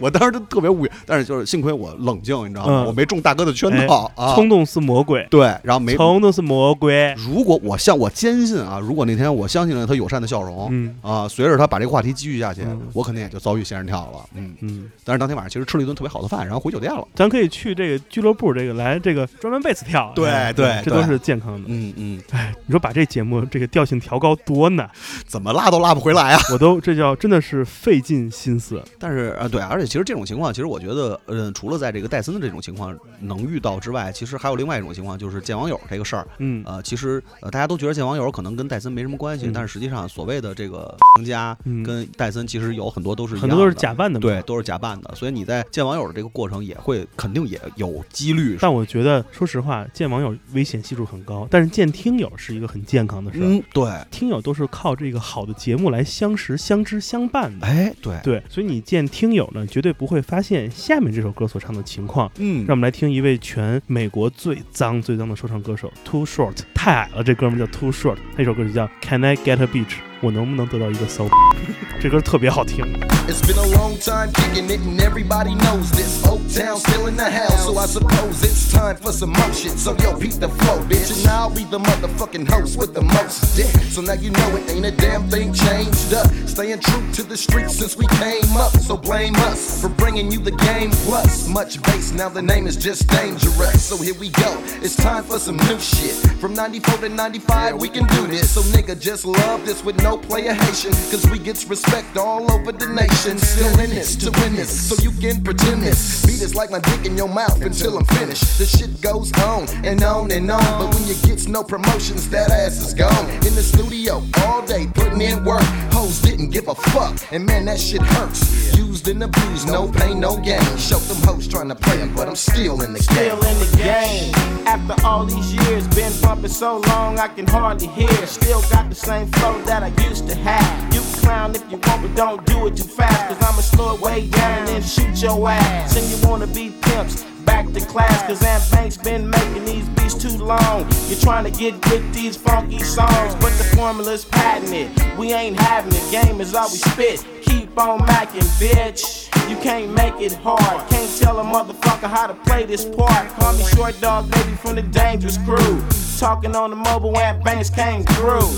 Speaker 2: 我当时就特别无语，但是就是幸亏我冷静，你知道吗？
Speaker 3: 嗯
Speaker 2: 我没中大哥的圈套、啊。
Speaker 3: 哎
Speaker 2: 哎
Speaker 3: 冲动是魔鬼，
Speaker 2: 对，然后没。
Speaker 3: 冲动是魔鬼。
Speaker 2: 如果我像我坚信啊，如果那天我相信了他友善的笑容、
Speaker 3: 嗯
Speaker 2: 啊，随着他把这个话题继续下去，
Speaker 3: 嗯
Speaker 2: 我肯定也就遭遇仙人跳了。嗯，
Speaker 3: 嗯，
Speaker 2: 但是当天晚上其实吃了一顿特别好的饭，然后回酒店了。
Speaker 3: 咱可以去这个俱乐部，这个来这个专门贝斯跳。
Speaker 2: 对
Speaker 3: 哎
Speaker 2: 对
Speaker 3: 这
Speaker 2: 对
Speaker 3: 都是健康的。
Speaker 2: 嗯 嗯，
Speaker 3: 哎，你说把这节目这个调性调高多难，
Speaker 2: 怎么拉都拉不回来啊！
Speaker 3: 我都这叫真的是费尽心思。
Speaker 2: 但是啊，对，而且其实这种情况，其实我觉得，嗯，除了在这个戴森的这种情况能遇到之外，其实还有另外一种情况，就是见网友这个事儿。
Speaker 3: 嗯
Speaker 2: 呃，其实呃，大家都觉得见网友可能跟戴森没什么关系，
Speaker 3: 嗯
Speaker 2: 但是实际上所谓的这个商家
Speaker 3: 嗯，
Speaker 2: 跟戴森其实有很多都是一
Speaker 3: 很多都是
Speaker 2: 样的
Speaker 3: 假扮的嘛。
Speaker 2: 对，都是假扮的，所以你在见网友的这个过程也会肯定也有几率是。
Speaker 3: 但我觉得，说实话，见网友危险系数很高，但是见听友是一个很健康的事儿。
Speaker 2: 嗯，对，
Speaker 3: 听友都是靠这个好的节目来相识、相知、相伴的。
Speaker 2: 哎，对，
Speaker 3: 对，所以你见听友呢，绝对不会发现下面这首歌所唱的情况。
Speaker 2: 嗯
Speaker 3: 让我们来听一位全美国最脏最脏的说唱歌手 Too Short，太矮了，这哥们儿叫 Too Short，那首歌就叫《Can I Get a Beach》，我能不能得到一个骚？ 这歌特别好听。
Speaker 6: It's been a long time kicking it, and everybody knows this. Oak Town still in the house, so I suppose it's time for some motion. So yo, beat the flow, bitch, and I'll be the motherfucking host with the most dick. So now you know it ain't a damn thing changed up. Staying true to the streets since we came up, so blame us for bringing you the game plus much bass. Now the name is just dangerous. So here we go, it's time for some new shit. From 94 to 95, we can do this. So nigga, just love this with no player Haitian. Cause we gets respect all over the nation. Still in this to win this, so you can pretend this. Beat is like my dick in your mouth until I'm finished. The shit goes on and on and on. But when you gets no promotions, that ass is gone. In the studio all day, putting in work. Hoes didn't give a fuck, and man, that shit hurts. Used and abused, no pain, no gain. Show them hoes trying to play 'em, but I'm still in the game.
Speaker 7: still in the game. After all these years, been bumping so long I can hardly hear. Still got the same flow that I used to have. You clown if you want, but don't do it too fast. Cause I'ma slow it way down and shoot your ass. And you wanna be pimps. Back to class, cause Aunt Banks been making these beats too long. You're trying to get with these funky songs, but the formula's patented. We ain't having it, game is all we spit. Keep on macking, bitch. You can't make it hard. Can't tell a motherfucker how to play this part. Call me short dog, baby, from the dangerous crew. Talking on the mobile and banks came through.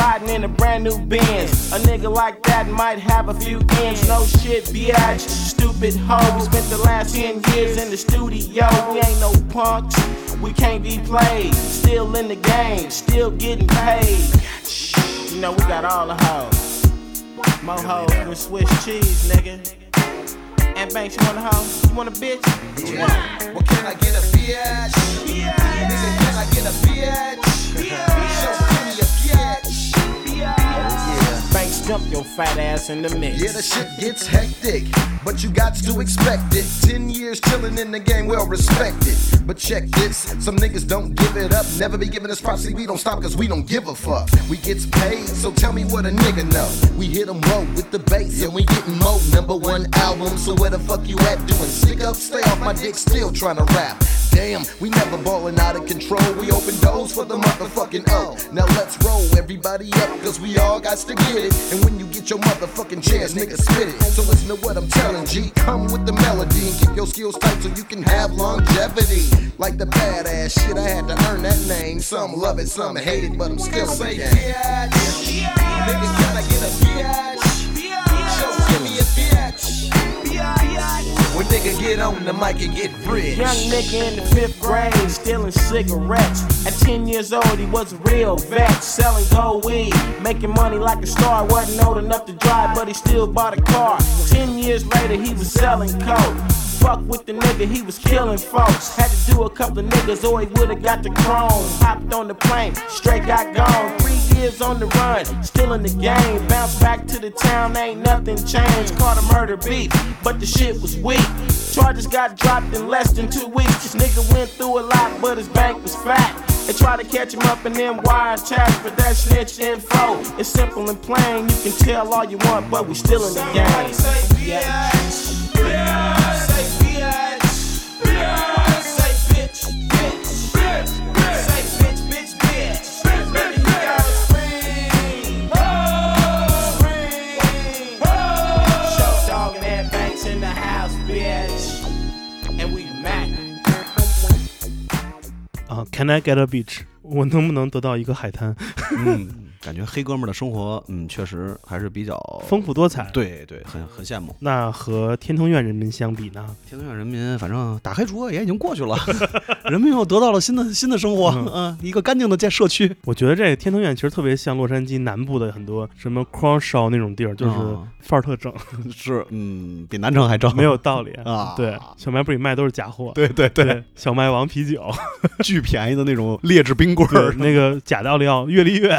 Speaker 7: Riding in a brand new Benz. A nigga like that might have a few ends. No shit, bitch. Stupid hoe. We spent the last 10 years in the studio. We ain't no punks. We can't be played. Still in the game. Still getting paid. You know, we got all the hoes. Mo hoes with Swiss cheese, nigga. And Banks, you want a hoe? You want a bitch?
Speaker 6: Well, can I get a bitch? Nigga, can I get a bitch? Show me a bitch.
Speaker 7: Banks, dump your fat ass in the mix.
Speaker 6: Yeah, the shit gets hectic, but you got to expect it. Ten years chillin' in the game, well respected. But check this, some niggas don't give it up. Never be giving us props, see, we don't stop cause we don't give a fuck. We gets paid, so tell me what a nigga know. We hit 'em low with the bass and we gettin' mo. Number one album, so where the fuck you at doing? Stick up, stay off my dick, still tryna rap. Damn, we never ballin' out of control. We open doors for the motherfucking O. Now let's roll everybody up, cause we all got to get it. And when you get your motherfucking chance, nigga, spit it. So listen to what I'm telling G. Come with the melody and keep your skills tight so you can have longevity. Like the badass shit, I had to earn that name. Some love it, some hate it, but I'm still saying. Nigga, can I get a bitch? Show, give me a bitch. When nigga get on the mic and get rich.
Speaker 7: Young nigga in the fifth grade, stealing cigarettes. At 10 years old, he was a real vet, selling gold weed, making money like a star. Wasn't old enough to drive, but he still bought a car. 10 years later, he was selling coke. Fuck with the nigga, he was killing folks. Had to do a couple of niggas, or he would've got the chrome. Hopped on the plane, straight got gone. Three years on the run, still in the game. Bounced back to the town, ain't nothing changed. Caught a murder beef, but the shit was weak. Charges got dropped in less than two weeks. This nigga went through a lot, but his bank was fat. They tried to catch him up in them wire chats, but that snitch info is simple and plain. You can tell all you want, but we still in the game. Yeah. Show dog and Ed Banks in the
Speaker 3: 啊，Can I get a beach？我能不能得到一个海滩？
Speaker 2: 嗯，感觉黑哥们儿的生活，嗯，确实还是比较
Speaker 3: 丰富多彩。，
Speaker 2: 对对，很很羡慕。
Speaker 3: 那和天通苑人民相比呢？
Speaker 2: 天通苑人民，反正打开除恶也已经过去了， 人民又得到了新的新的生活，
Speaker 3: 嗯
Speaker 2: 嗯、一个干净的建社区，
Speaker 3: 我觉得这天通苑其实特别像洛杉矶南部的很多什么 Cronshaw 那种地儿，就是
Speaker 2: 啊
Speaker 3: 范儿 特正，
Speaker 2: 是嗯，比南城还正，
Speaker 3: 没有道理。
Speaker 2: 啊，
Speaker 3: 对，小卖部里卖都是假货。
Speaker 2: 对对对，
Speaker 3: 对，小麦王啤酒，
Speaker 2: 巨便宜的那种劣质冰棍
Speaker 3: 对
Speaker 2: 儿，
Speaker 3: 那个假的奥利奥，越丽越，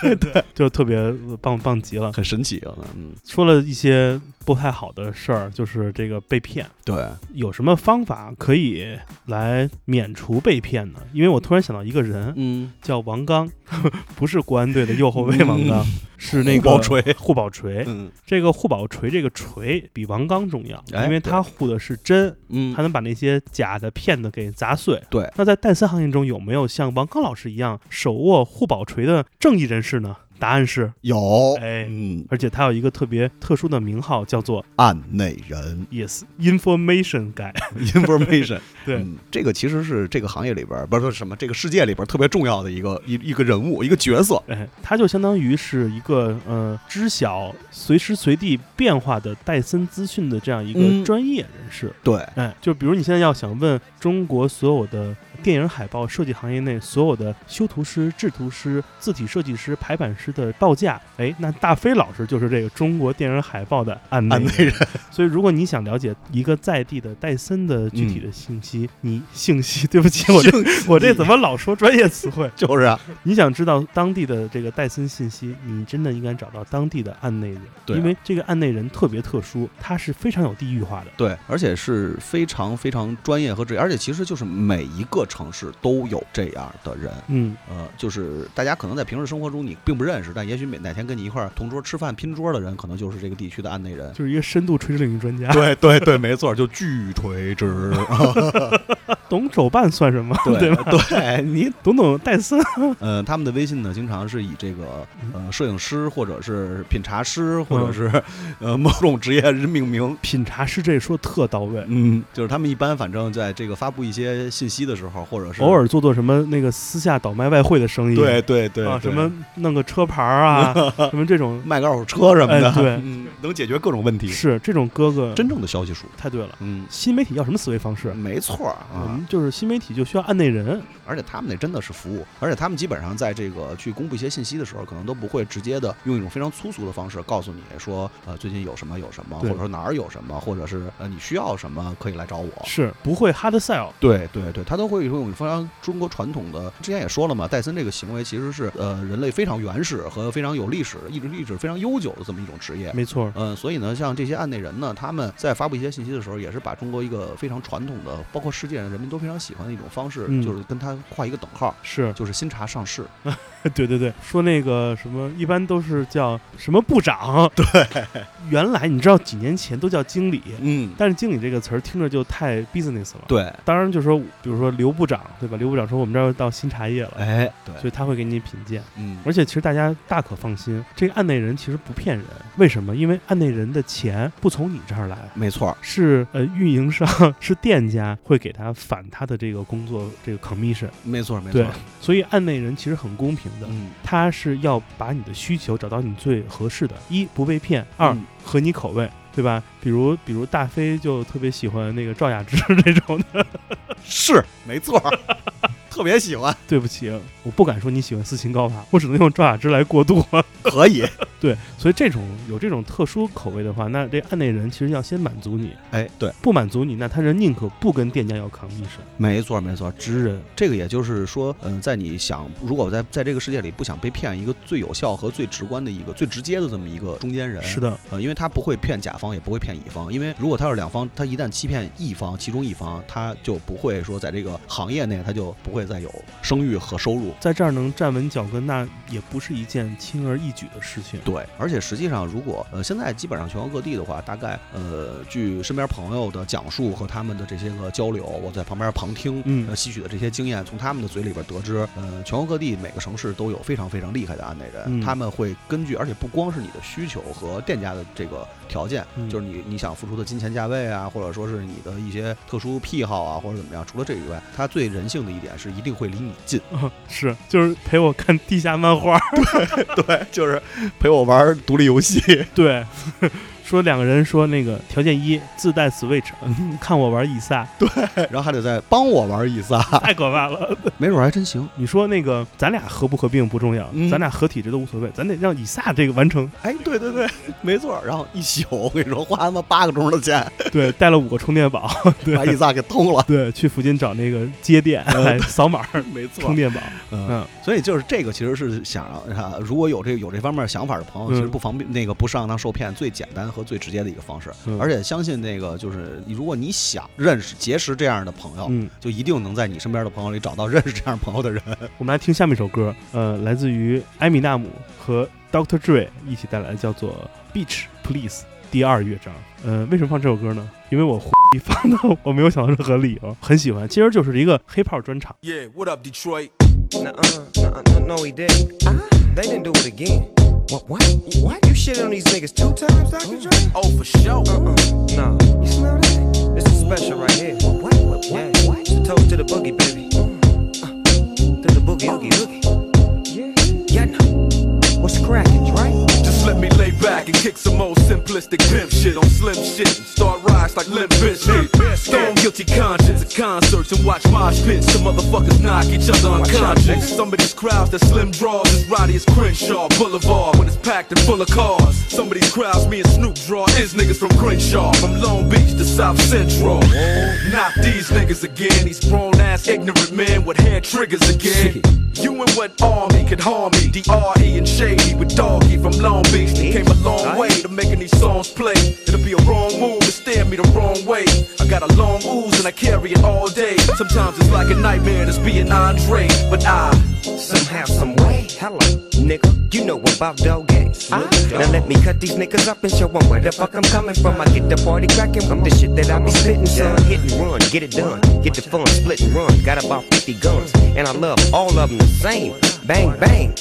Speaker 3: 对对，就特别棒棒极了。
Speaker 2: 很神奇啊，嗯，
Speaker 3: 说了一些不太好的事儿，就是这个被骗，
Speaker 2: 对，
Speaker 3: 有什么方法可以来免除被骗呢？因为我突然想到一个人，
Speaker 2: 嗯，
Speaker 3: 叫王刚， 不是国安队的右后卫王刚，是那个
Speaker 2: 护宝嗯锤
Speaker 3: 护宝锤，
Speaker 2: 嗯
Speaker 3: 这个护宝锤，这个锤比王刚重要，
Speaker 2: 哎
Speaker 3: 因为他护的是真，
Speaker 2: 嗯
Speaker 3: 他，能把那些假的、骗的给砸碎。
Speaker 2: 对，
Speaker 3: 那在戴森行业中有没有像王刚老师一样手握护宝锤的正义人士呢？答案是，
Speaker 2: 有，
Speaker 3: 哎
Speaker 2: 嗯，
Speaker 3: 而且他有一个特别特殊的名号，叫做
Speaker 2: 案内人
Speaker 3: Yes Information Guy。
Speaker 2: information，
Speaker 3: 对
Speaker 2: 嗯，这个其实是这个行业里边儿，不是说什么，这个世界里边儿特别重要的一个一一个人物，一个角色，
Speaker 3: 哎，他就相当于是一个呃，知晓随时随地变化的戴森资讯的这样一个
Speaker 2: 嗯
Speaker 3: 专业人士。
Speaker 2: 对，
Speaker 3: 哎，就比如你现在要想问中国所有的电影海报设计行业内所有的修图师、制图师、字体设计师、排版师的报价，哎，那大飞老师就是这个中国电影海报的案内
Speaker 2: 案内
Speaker 3: 人。
Speaker 2: 人，
Speaker 3: 所以，如果你想了解一个在地的戴森的具
Speaker 2: 嗯
Speaker 3: 体的信息，你信息， 对不起，我这我这怎么老说专业词汇？
Speaker 2: 就是啊，
Speaker 3: 你想知道当地的这个戴森信息，你真的应该找到当地的案内人，
Speaker 2: 对啊
Speaker 3: 因为这个案内人特别特殊，他是非常有地域化的。
Speaker 2: 对，而且是非常非常专业和职业，而且其实就是每一个城市都有这样的人，
Speaker 3: 嗯，
Speaker 2: 呃，就是大家可能在平时生活中你并不认识，但也许每哪天跟你一块儿同桌吃饭拼桌的人，可能就是这个地区的案内人。
Speaker 3: 就是一个深度垂直领域专家。
Speaker 2: 对对对，没错，就巨垂直，
Speaker 3: 懂手办算什么？
Speaker 2: 对
Speaker 3: 吧？
Speaker 2: 对，你
Speaker 3: 懂懂戴森，
Speaker 2: 呃，他们的微信呢，经常是以这个呃摄影师或者是品茶师或者是呃某种职业人命名，
Speaker 3: 品茶师这说特到位。
Speaker 2: 嗯，就是他们一般反正在这个发布一些信息的时候，或者是
Speaker 3: 偶尔做做什么那个私下倒卖外汇的生意，
Speaker 2: 对对对
Speaker 3: 啊，
Speaker 2: 对
Speaker 3: 什么弄个车牌儿啊， 什么这种
Speaker 2: 卖个二手车什么的，
Speaker 3: 哎对
Speaker 2: 嗯，能解决各种问题，
Speaker 3: 是这种哥哥
Speaker 2: 真正的消息鼠，
Speaker 3: 太对了。
Speaker 2: 嗯，
Speaker 3: 新媒体要什么思维方式？
Speaker 2: 没错儿
Speaker 3: 我
Speaker 2: 啊，
Speaker 3: 们就是新媒体就需要案内人，
Speaker 2: 而且他们那真的是服务，而且他们基本上在这个去公布一些信息的时候，可能都不会直接的用一种非常粗俗的方式告诉你说，呃，最近有什么有什么，或
Speaker 3: 对
Speaker 2: 者说哪儿有什么，或者是呃你需要什么可以来找我。
Speaker 3: 是不会 hard sell。
Speaker 2: 对对对，他都会用非常中国传统的，之前也说了嘛，戴森这个行为其实是呃人类非常原始和非常有历史、一直历史非常悠久的这么一种职业。
Speaker 3: 没错，
Speaker 2: 嗯，所以呢，像这些案内人呢，他们在发布一些信息的时候，也是把中国一个非常传统的，包括世界上人民都非常喜欢的一种方式，
Speaker 3: 嗯
Speaker 2: 就是跟它画一个等号，
Speaker 3: 是
Speaker 2: 就是新茶上市。
Speaker 3: 对对对，说那个什么，一般都是叫什么部长。对，原来你知道几年前都叫经理，
Speaker 2: 嗯，
Speaker 3: 但是经理这个词儿听着就太 business 了。
Speaker 2: 对，
Speaker 3: 当然就是说，比如说刘部长，对吧？刘部长说我们这儿要到新茶叶了，
Speaker 2: 哎，对，
Speaker 3: 所以他会给你品鉴。
Speaker 2: 嗯，
Speaker 3: 而且其实大家大可放心，这个案内人其实不骗人。为什么？因为案内人的钱不从你这儿来。
Speaker 2: 没错儿，
Speaker 3: 是呃，运营商 是店家会给他返他的这个工作这个 commission，
Speaker 2: 没错儿，没错
Speaker 3: 对
Speaker 2: 儿，，
Speaker 3: 所以案内人其实很公平的，
Speaker 2: 嗯，
Speaker 3: 他是要把你的需求找到你最合适的，一不被骗，二
Speaker 2: 嗯
Speaker 3: 合你口味，对吧？比如比如大飞就特别喜欢那个赵雅芝这种的，
Speaker 2: 是没错儿， 特别喜欢，
Speaker 3: 对不起，我不敢说你喜欢斯琴高娃，我只能用赵雅芝来过渡。
Speaker 2: 可以，
Speaker 3: 对，所以这种有这种特殊口味的话，那这案内人其实要先满足你，
Speaker 2: 哎，对，
Speaker 3: 不满足你，那他人宁可不跟店家要 commission。
Speaker 2: 没错儿，没错儿，知人。这个也就是说，嗯，在你想，如果在在这个世界里不想被骗，一个最有效和最直观的一个、最直接的这么一个中间人，
Speaker 3: 是的，
Speaker 2: 呃，因为他不会骗甲方，也不会骗乙方，因为如果他是两方，他一旦欺骗一方，其中一方，他就不会说在这个行业内，他就不会再有声誉和收入。
Speaker 3: 在这儿能站稳脚跟，那也不是一件轻而易举的事情。
Speaker 2: 对，对，而且实际上，如果呃现在基本上全国各地的话，大概呃据身边朋友的讲述和他们的这些个交流，我在旁边旁听，
Speaker 3: 嗯
Speaker 2: 呃吸取的这些经验，从他们的嘴里边得知，呃全国各地每个城市都有非常非常厉害的案内人，
Speaker 3: 嗯
Speaker 2: 他们会根据，而且不光是你的需求和店家的这个条件，
Speaker 3: 嗯
Speaker 2: 就是你你想付出的金钱价位啊，或者说是你的一些特殊癖好啊，或者怎么样，除了这以外，他最人性的一点是一定会离你近。
Speaker 3: 是就是陪我看地下漫画，
Speaker 2: 对，就是陪我玩独立游戏。
Speaker 3: 对，说两个人说那个条件一自 带 Switch，嗯看我玩以撒，
Speaker 2: 然后还得再帮我玩一撒，
Speaker 3: 太可怕了。
Speaker 2: 没准还真行。
Speaker 3: 你说那个咱俩合不合并不重要，
Speaker 2: 嗯
Speaker 3: 咱俩合体这都无所谓，咱得让以撒这个完成。
Speaker 2: 哎，对对对，没错。然后一宿，我跟你说，花他妈八个钟头的钱，
Speaker 3: 对，带了五个充电宝， 对
Speaker 2: 把伊萨给偷了。
Speaker 3: 对，去附近找那个街店来扫码儿
Speaker 2: 没错
Speaker 3: 充电宝。
Speaker 2: 嗯
Speaker 3: 嗯，
Speaker 2: 所以就是这个，其实是想让啊，如果有这有这方面想法的朋友，
Speaker 3: 嗯
Speaker 2: 其实不方便那个不上当受骗，最简单和最直接的一个方式。
Speaker 3: 嗯
Speaker 2: 而且相信那个就是，如果你想认识结识这样的朋友，
Speaker 3: 嗯，
Speaker 2: 就一定能在你身边的朋友里找到认识这样朋友的人。
Speaker 3: 我们来听下面一首歌，呃，来自于艾米纳姆和 Dr. Dre 一起带来的叫做《Beach Please》第二乐章。呃，为什么放这首歌呢？因为我放的，我没有想到任何理由，很喜欢，其实就是一个黑炮专场。
Speaker 5: Yeah, what up, Detroit?
Speaker 8: Nuh-uh, nuh-uh, no, no, he didn't. They didn't do it again. Ah. What? What? What? You shit on these niggas two times, Dr. Dre?
Speaker 5: Oh, for sure.
Speaker 8: Uh-uh, nah. You smell that? This is special right here. What? What? What? Oh. Yeah. It's a toast to the boogie, baby. Uh, to the boogie, oogie, oogie. Oh. Yeah. Yeah. nah. What's cracking, Dre?
Speaker 5: Just let me lay back and kick some old simplistic pimp shit on slim shit and start rides like Limp Bizkit. Stone guilty conscience at concerts and watch mosh pits. Some motherfuckers knock each other unconscious. Some of these crowds that slim draws is rowdy as Crenshaw Boulevard when it's packed and full of cars. Some of these crowds me and Snoop draw is niggas from Crenshaw, from Long Beach to South Central. Not these niggas again. These grown ass ignorant men with hair triggers again. You and what army could harm me? D.R.E. and Shady with Doggy from Long Beach. They came a long way to making these songs play. It'll be a wrong move to stare me the wrong way. I got a long ooze and I carry it all day. Sometimes it's like a nightmare that's being Andre, but I
Speaker 8: Somehow, some way. Hello, nigga. You know about dog games. Now let me cut these niggas up and show 'em where the fuck I'm coming from. I get the party cracking with the shit that I be spitting, son. Hit and run, get it done. Get the fun, split and run. Got about 50 guns, and I love all of them the same. Bang, bang.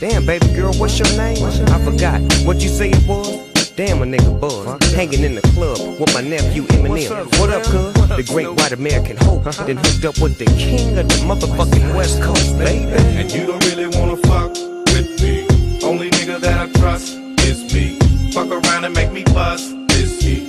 Speaker 8: Damn, baby girl, what's your name? I forgot. What you say it was? Damn, a nigga buzz. Hanging in the club with my nephew Eminem. What up, cuz? The great white American hope. Then hooked up with the king of the motherfucking West Coast, baby.
Speaker 9: And you don't really wanna fuck with me. Only nigga that I trust is me. Fuck around and make me bust is he.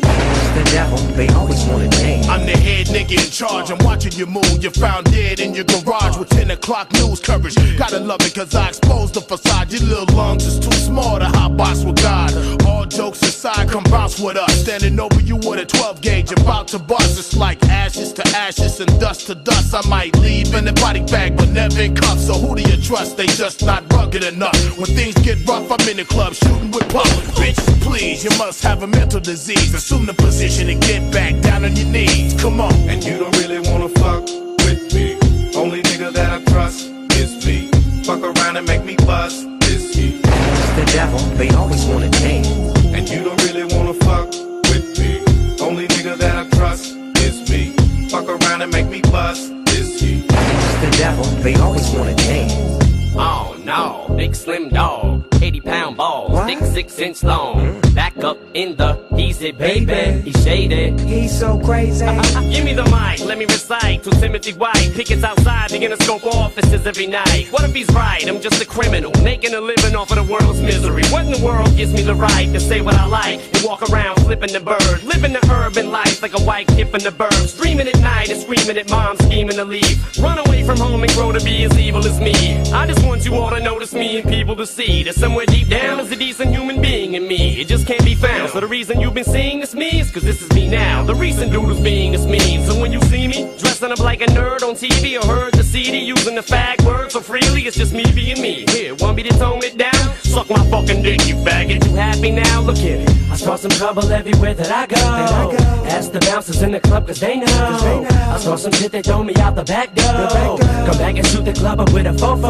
Speaker 8: the devil, they always want a name.
Speaker 9: I'm the head nigga in charge. I'm watching you move. You're found dead in your garage with 10 o'clock news coverage. Gotta love it cause I exposed the facade. Your little lungs is too small to hot box with God. All jokes aside, come bounce with us. Standing over you with a 12 gauge about to bust. It's like ashes to ashes and dust to dust. I might leave in a body bag, but never in cuffs. So who do you trust? They just not rugged enough. When things get rough, I'm in the club shooting with puff. Bitch, please, you must have a mental disease. Assume the position and get back down on your knees. Come on. And you don't really wanna fuck with me. Only nigga that I trust is me. Fuck around and make me bust is he.
Speaker 8: It's the devil, they always want a name.
Speaker 9: And you don't really wanna fuck with me. Only nigga that I trust is me. Fuck around and make me bust is he.
Speaker 8: It's the devil, they always want a name.
Speaker 10: Oh no, big slim dog, 80 pound ball,
Speaker 8: What?
Speaker 10: thick six inch long. Back up in the easy Uh, baby, he shaded.
Speaker 8: He's so crazy.
Speaker 10: Give me the mic, let me recite to Timothy White. Pickets outside the Interscope offices every night. What if he's right? I'm just a criminal, making a living off of the world's misery. What in the world gives me the right to say what I like and walk around flipping the bird? Living the urban life like a white kid from the burbs. Dreaming at night and screaming at mom, scheming to leave. Run away from home and grow to be as evil as me. I just want you all to notice me and people to see that somewhere deep down is a decent human being in me. It just can't be found. So the reason you've been seeing this me is cause this is me now. The recent doodles being is mean. So when you see me dressing up like a nerd on TV or heard the CD using the fag word so freely, it's just me being me. Here, want me to tone it down? Suck my fucking dick, you faggot. You happy now? Look at it. I saw some trouble everywhere that I go. Ask the bouncers in the club cause they know. I saw some shit that throw me out the back door. Come back and shoot the club up with a fofo.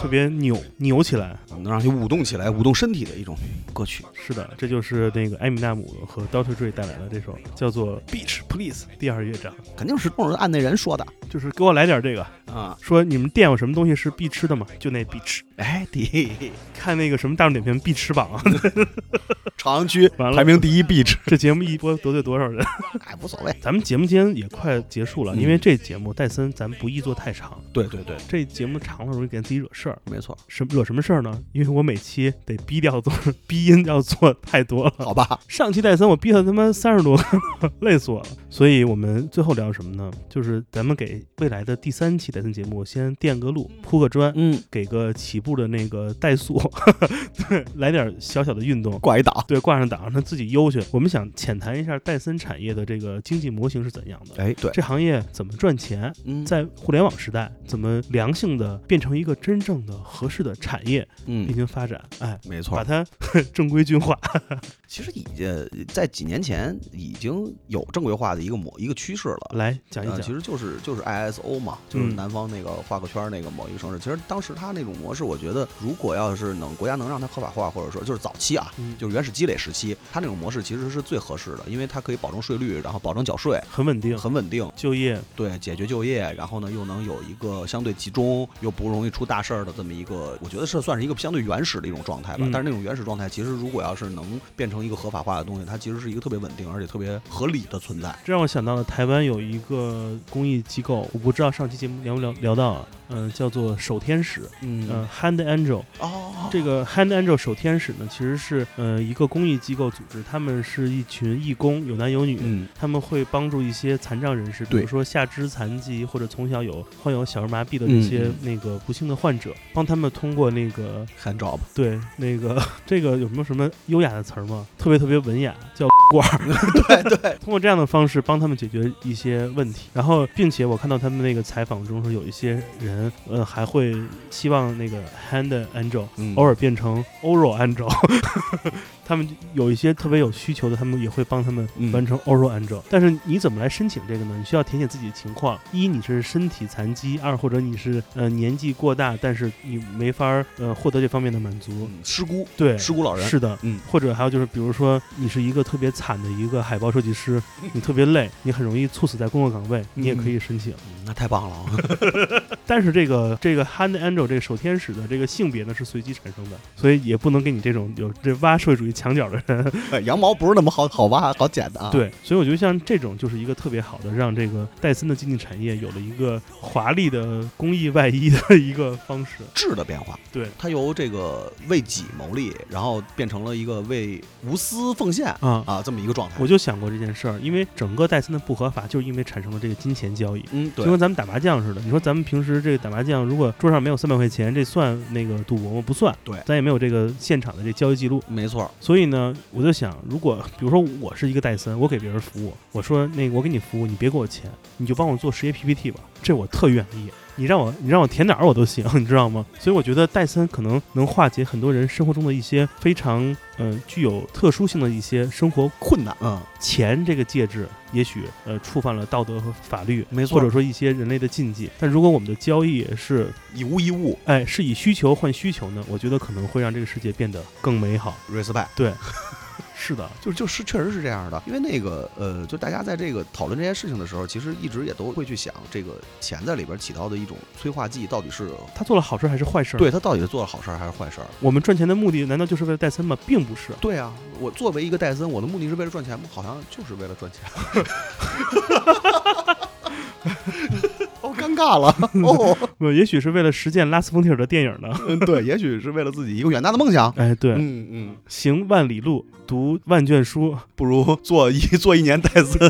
Speaker 3: 特别扭扭起来。
Speaker 2: 嗯能让你舞动起来、舞动身体的一种歌曲。
Speaker 3: 是的，这就是那个艾米纳姆和 Dr. Dre 带来的这首叫做《Beach Please》第二乐章，
Speaker 2: 肯定是都是按那人说的
Speaker 3: 就是给我来点这个。
Speaker 2: 啊。
Speaker 3: 说你们店有什么东西是必吃的吗？就那必吃。
Speaker 2: 哎，对，
Speaker 3: 看那个什么大众点评必吃榜，
Speaker 2: 朝阳 区
Speaker 3: 完了
Speaker 2: 排名第一 beach，
Speaker 3: 这节目一播得罪多少人？
Speaker 2: 哎，无所谓。
Speaker 3: 咱们节目间也快结束了，
Speaker 2: 嗯
Speaker 3: 因为这节目戴森咱不宜做太长，
Speaker 2: 对对对，
Speaker 3: 这节目长了容易给自己惹事儿。
Speaker 2: 没错。
Speaker 3: 什惹什么事儿呢？因为我每期得逼掉做 逼音要做太多了。
Speaker 2: 好吧，
Speaker 3: 上期戴森我逼了他妈三十多个， 累死我了。所以我们最后聊什么呢？就是咱们给未来的第三期戴森节目先垫个路，铺个砖，
Speaker 2: 嗯，
Speaker 3: 给个起步的那个怠速， 对，来点小小的运动。
Speaker 2: 挂一档。
Speaker 3: 对，挂上档让它自己悠去。我们想浅谈一下戴森产业的这个经济模型是怎样的，
Speaker 2: 哎，对，
Speaker 3: 这行业怎么赚钱，
Speaker 2: 嗯
Speaker 3: 在互联网时代怎么良性的变成一个真正的合适的产业并
Speaker 2: 嗯，
Speaker 3: 行发展，哎，
Speaker 2: 没错
Speaker 3: 把。它 正规军化。
Speaker 2: 其实已经在几年前已经有正规化的一个模一个趋势了。
Speaker 3: 来讲一
Speaker 2: 呃，
Speaker 3: 讲，
Speaker 2: 其实就是就是 ISO 嘛，就是
Speaker 3: 嗯
Speaker 2: 南方那个画个圈儿那个某一个城市。其实当时它那种模式，我觉得如果要是能国家能让它合法化，或者说就是早期啊，
Speaker 3: 嗯
Speaker 2: 就是原始积累时期，它那种模式其实是最合适的，因为它可以保证税率，然后保证缴税，
Speaker 3: 很稳定，
Speaker 2: 很稳定，
Speaker 3: 就业
Speaker 2: 对，解决就业，然后呢又能有一个相对集中又不容易出大事儿的这么一个，我觉得是算是一个相对原始的一种状态吧。
Speaker 3: 嗯
Speaker 2: 但是那种原始状态，其实如果要是能变成一个合法化的东西，它其实是一个特别稳定而且特别合理的存在。
Speaker 3: 这让我想到了台湾有一个公益机构，我不知道上期节目聊不聊聊到啊，嗯、叫做守天使，嗯、
Speaker 2: 嗯
Speaker 3: h a n d Angel，
Speaker 2: 哦，
Speaker 3: 这个 Hand Angel 守天使呢，其实是呃一个公益机构组织，他们是一群义工，有男有女，
Speaker 2: 嗯
Speaker 3: 他们会帮助一些残障人士，比
Speaker 2: 对
Speaker 3: 如说下肢残疾或者从小有患有小儿麻痹的这些
Speaker 2: 嗯
Speaker 3: 那个不幸的患者，帮他们通过那个
Speaker 2: ，hand job，
Speaker 3: 对那个这个有没有什么优雅的词儿吗？特别特别文雅，叫 罐儿。
Speaker 2: 对对，
Speaker 3: 通过这样的方式帮他们解决一些问题，然后，并且我看到他们那个采访中说，有一些人，呃，还会希望那个 Hand Angel
Speaker 2: 嗯
Speaker 3: 偶尔变成 Oral Angel，他们有一些特别有需求的，他们也会帮他们
Speaker 2: 嗯
Speaker 3: 完成 Oral Angel、但是你怎么来申请这个呢？你需要填写自己的情况：一，你是身体残疾；二，或者你是呃年纪过大，但是你没法儿呃获得这方面的满足。
Speaker 2: 嗯失孤，
Speaker 3: 对，
Speaker 2: 失孤老人，
Speaker 3: 是的，
Speaker 2: 嗯，
Speaker 3: 或者还有就是，比如说你是一个特别惨的一个海报设计师，你特别累，你很容易猝死在工作岗位，你也可以申请。
Speaker 2: 嗯那太棒了 啊，
Speaker 3: 但是这个这个 Hand Angel 这个守天使的这个性别呢是随机产生的，所以也不能给你这种有这挖社会主义墙角的人。
Speaker 2: 羊毛不是那么好好挖好剪的啊。，
Speaker 3: 对，所以我觉得像这种就是一个特别好的让这个戴森的经济产业有了一个华丽的公益外衣的一个方式。
Speaker 2: 质的变化，
Speaker 3: 对
Speaker 2: 它由这个为己谋利，然后变成了一个为无私奉献
Speaker 3: 啊。
Speaker 2: 啊这么一个状态
Speaker 3: 我。就想过这件事儿，因为整个戴森的不合法，就是因为产生了这个金钱交易。
Speaker 2: 嗯，
Speaker 3: 就
Speaker 2: 对，
Speaker 3: 跟咱们打麻将似的，你说咱们平时这个打麻将，如果桌上没有三百块钱，这算那个赌博吗？不算，
Speaker 2: 对
Speaker 3: 咱也没有这个现场的这交易记录。
Speaker 2: 没错儿，
Speaker 3: 所以呢，我就想，如果比如说我是一个戴森，我给别人服务，我说那个我给你服务，你别给我钱，你就帮我做实业 PPT 吧，这我特愿意。你让我你让我填哪儿我都行，你知道吗？所以我觉得戴森可能能化解很多人生活中的一些非常嗯、呃具有特殊性的一些生活
Speaker 2: 困难，嗯，
Speaker 3: 钱这个介质，也许呃触犯了道德和法律，
Speaker 2: 没错
Speaker 3: 或者说一些人类的禁忌。但如果我们的交易是
Speaker 2: 以物易物
Speaker 3: 哎是以需求换需求呢，我觉得可能会让这个世界变得更美好。
Speaker 2: ，respect。
Speaker 3: 是的，
Speaker 2: 就就是确实是这样的，因为那个呃，就大家在这个讨论这些事情的时候，其实一直也都会去想，这个钱在里边起到的一种催化剂到底是
Speaker 3: 他做了好事还是坏事？，
Speaker 2: 对他到底是做了好事儿还是坏事儿？
Speaker 3: 我们赚钱的目的难道就是为了戴森吗？并不是。
Speaker 2: 对啊，我作为一个戴森，我的目的是为了赚钱吗？好像就是为了赚钱。哦，尴尬了哦，
Speaker 3: 呃，也许是为了实践拉斯冯提尔的电影呢。
Speaker 2: 嗯 对，也许是为了自己一个远大的梦想。
Speaker 3: 哎，对，
Speaker 2: 嗯嗯，
Speaker 3: 行万里路，读万卷书，
Speaker 2: 不如做一做一年戴森。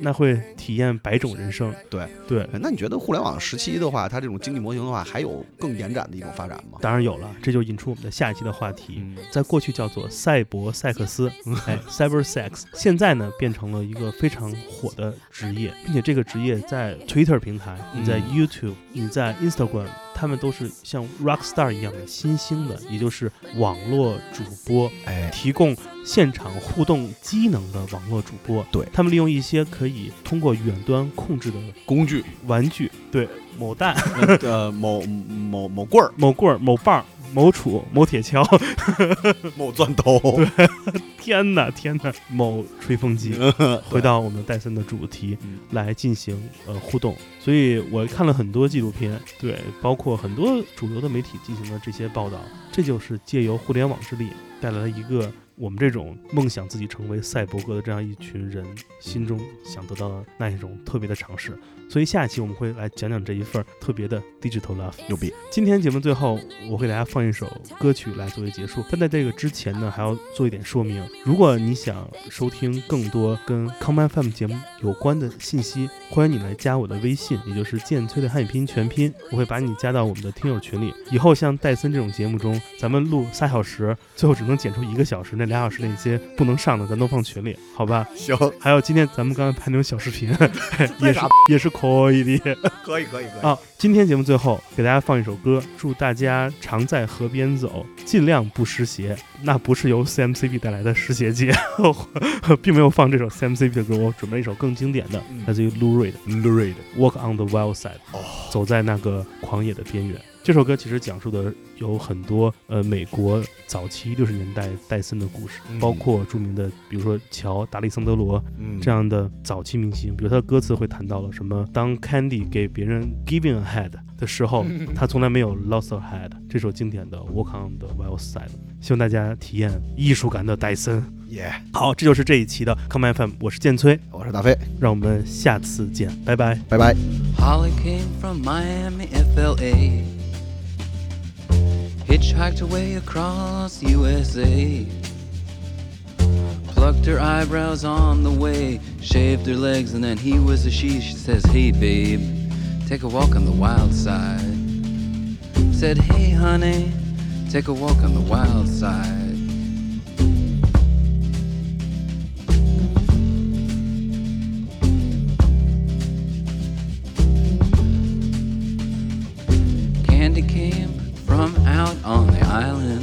Speaker 3: 那会体验百种人生。
Speaker 2: 对
Speaker 3: 对，
Speaker 2: 那你觉得互联网时期的话，它这种经济模型的话，还有更延展的一种发展吗？
Speaker 3: 当然有了，这就引出我们的下一期的话题。
Speaker 2: 嗯
Speaker 3: 在过去叫做赛博赛克斯，哎，cyber sex，现在呢变成了一个非常火的职业，并且这个职业在 Twitter 平台、
Speaker 2: 嗯
Speaker 3: 你在 YouTube、你在 Instagram，它他们都是像 rock star 一样的新兴的，也就是网络主播，
Speaker 2: 哎
Speaker 3: 提供现场互动机能的网络主播。
Speaker 2: 对
Speaker 3: 他们利用一些可以通过远端控制的
Speaker 2: 工具，
Speaker 3: 玩具，对某蛋、
Speaker 2: 呃，某某某棍儿、
Speaker 3: 某棍儿、某棒儿、某杵、某铁锹，
Speaker 2: 某钻头，
Speaker 3: 天哪，天哪，某吹风机。回到我们戴森的主题
Speaker 2: 嗯
Speaker 3: 来进行呃互动，所以我看了很多纪录片，对，包括很多主流的媒体进行了这些报道，这就是借由互联网之力带来了一个我们这种梦想自己成为赛博格的这样一群人心中想得到的那一种特别的尝试。所以下一期我们会来讲讲这一份儿特别的 digital love。
Speaker 2: 牛逼！
Speaker 3: 今天节目最后，我会给大家放一首歌曲来作为结束。但在这个之前呢，还要做一点说明。如果你想收听更多跟康麦 FM 节目有关的信息，欢迎你来加我的微信，也就是剑崔的汉语拼音全拼，我会把你加到我们的听友群里。以后像戴森这种节目中，咱们录仨小时，最后只能剪出一个小时，那俩小时那些不能上的，咱都放群里，好吧？
Speaker 2: 行，
Speaker 3: 还有今天咱们刚才拍那种小视频，也是 也是可以的。
Speaker 2: 可以可以可以。
Speaker 3: 啊，今天节目最后给大家放一首歌，祝大家常在河边走，尽量不湿鞋。那不是由 CMCB 带来的湿鞋节， 并没有放这首 CMCB 的歌，我准备了一首更经典的，来自于嗯 Lou Reed，
Speaker 2: Lurid，
Speaker 3: Walk on the Wild Side，、走在那个狂野的边缘。这首歌其实讲述的有很多呃美国早期六十年代戴森的故事，
Speaker 2: 嗯
Speaker 3: 包括著名的比如说乔达利桑德罗
Speaker 2: 嗯
Speaker 3: 这样的早期明星，比如他的歌词会谈到了什么，当 Candy 给别人 giving a head 的时候，
Speaker 2: 嗯
Speaker 3: 他从来没有 lost a head。这首经典的 Walk on the Wild Side，希望大家体验艺术感的戴森。
Speaker 2: 耶，
Speaker 3: 好，这就是这一期的 Come FM，我是建崔，
Speaker 2: 我是大飞，
Speaker 3: 让我们下次见，拜拜。
Speaker 2: 拜拜。
Speaker 11: Holly came from Miami, FLA. Hitchhiked away across USA. Plucked her eyebrows on the way, shaved her legs, and then he was a she. She says, Hey, babe, take a walk on the wild side. Said, Hey, honey, take a walk on the wild side. Candy came from out on the island.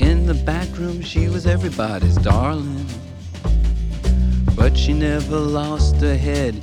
Speaker 11: In the back room, she was everybody's darling. But she never lost her head,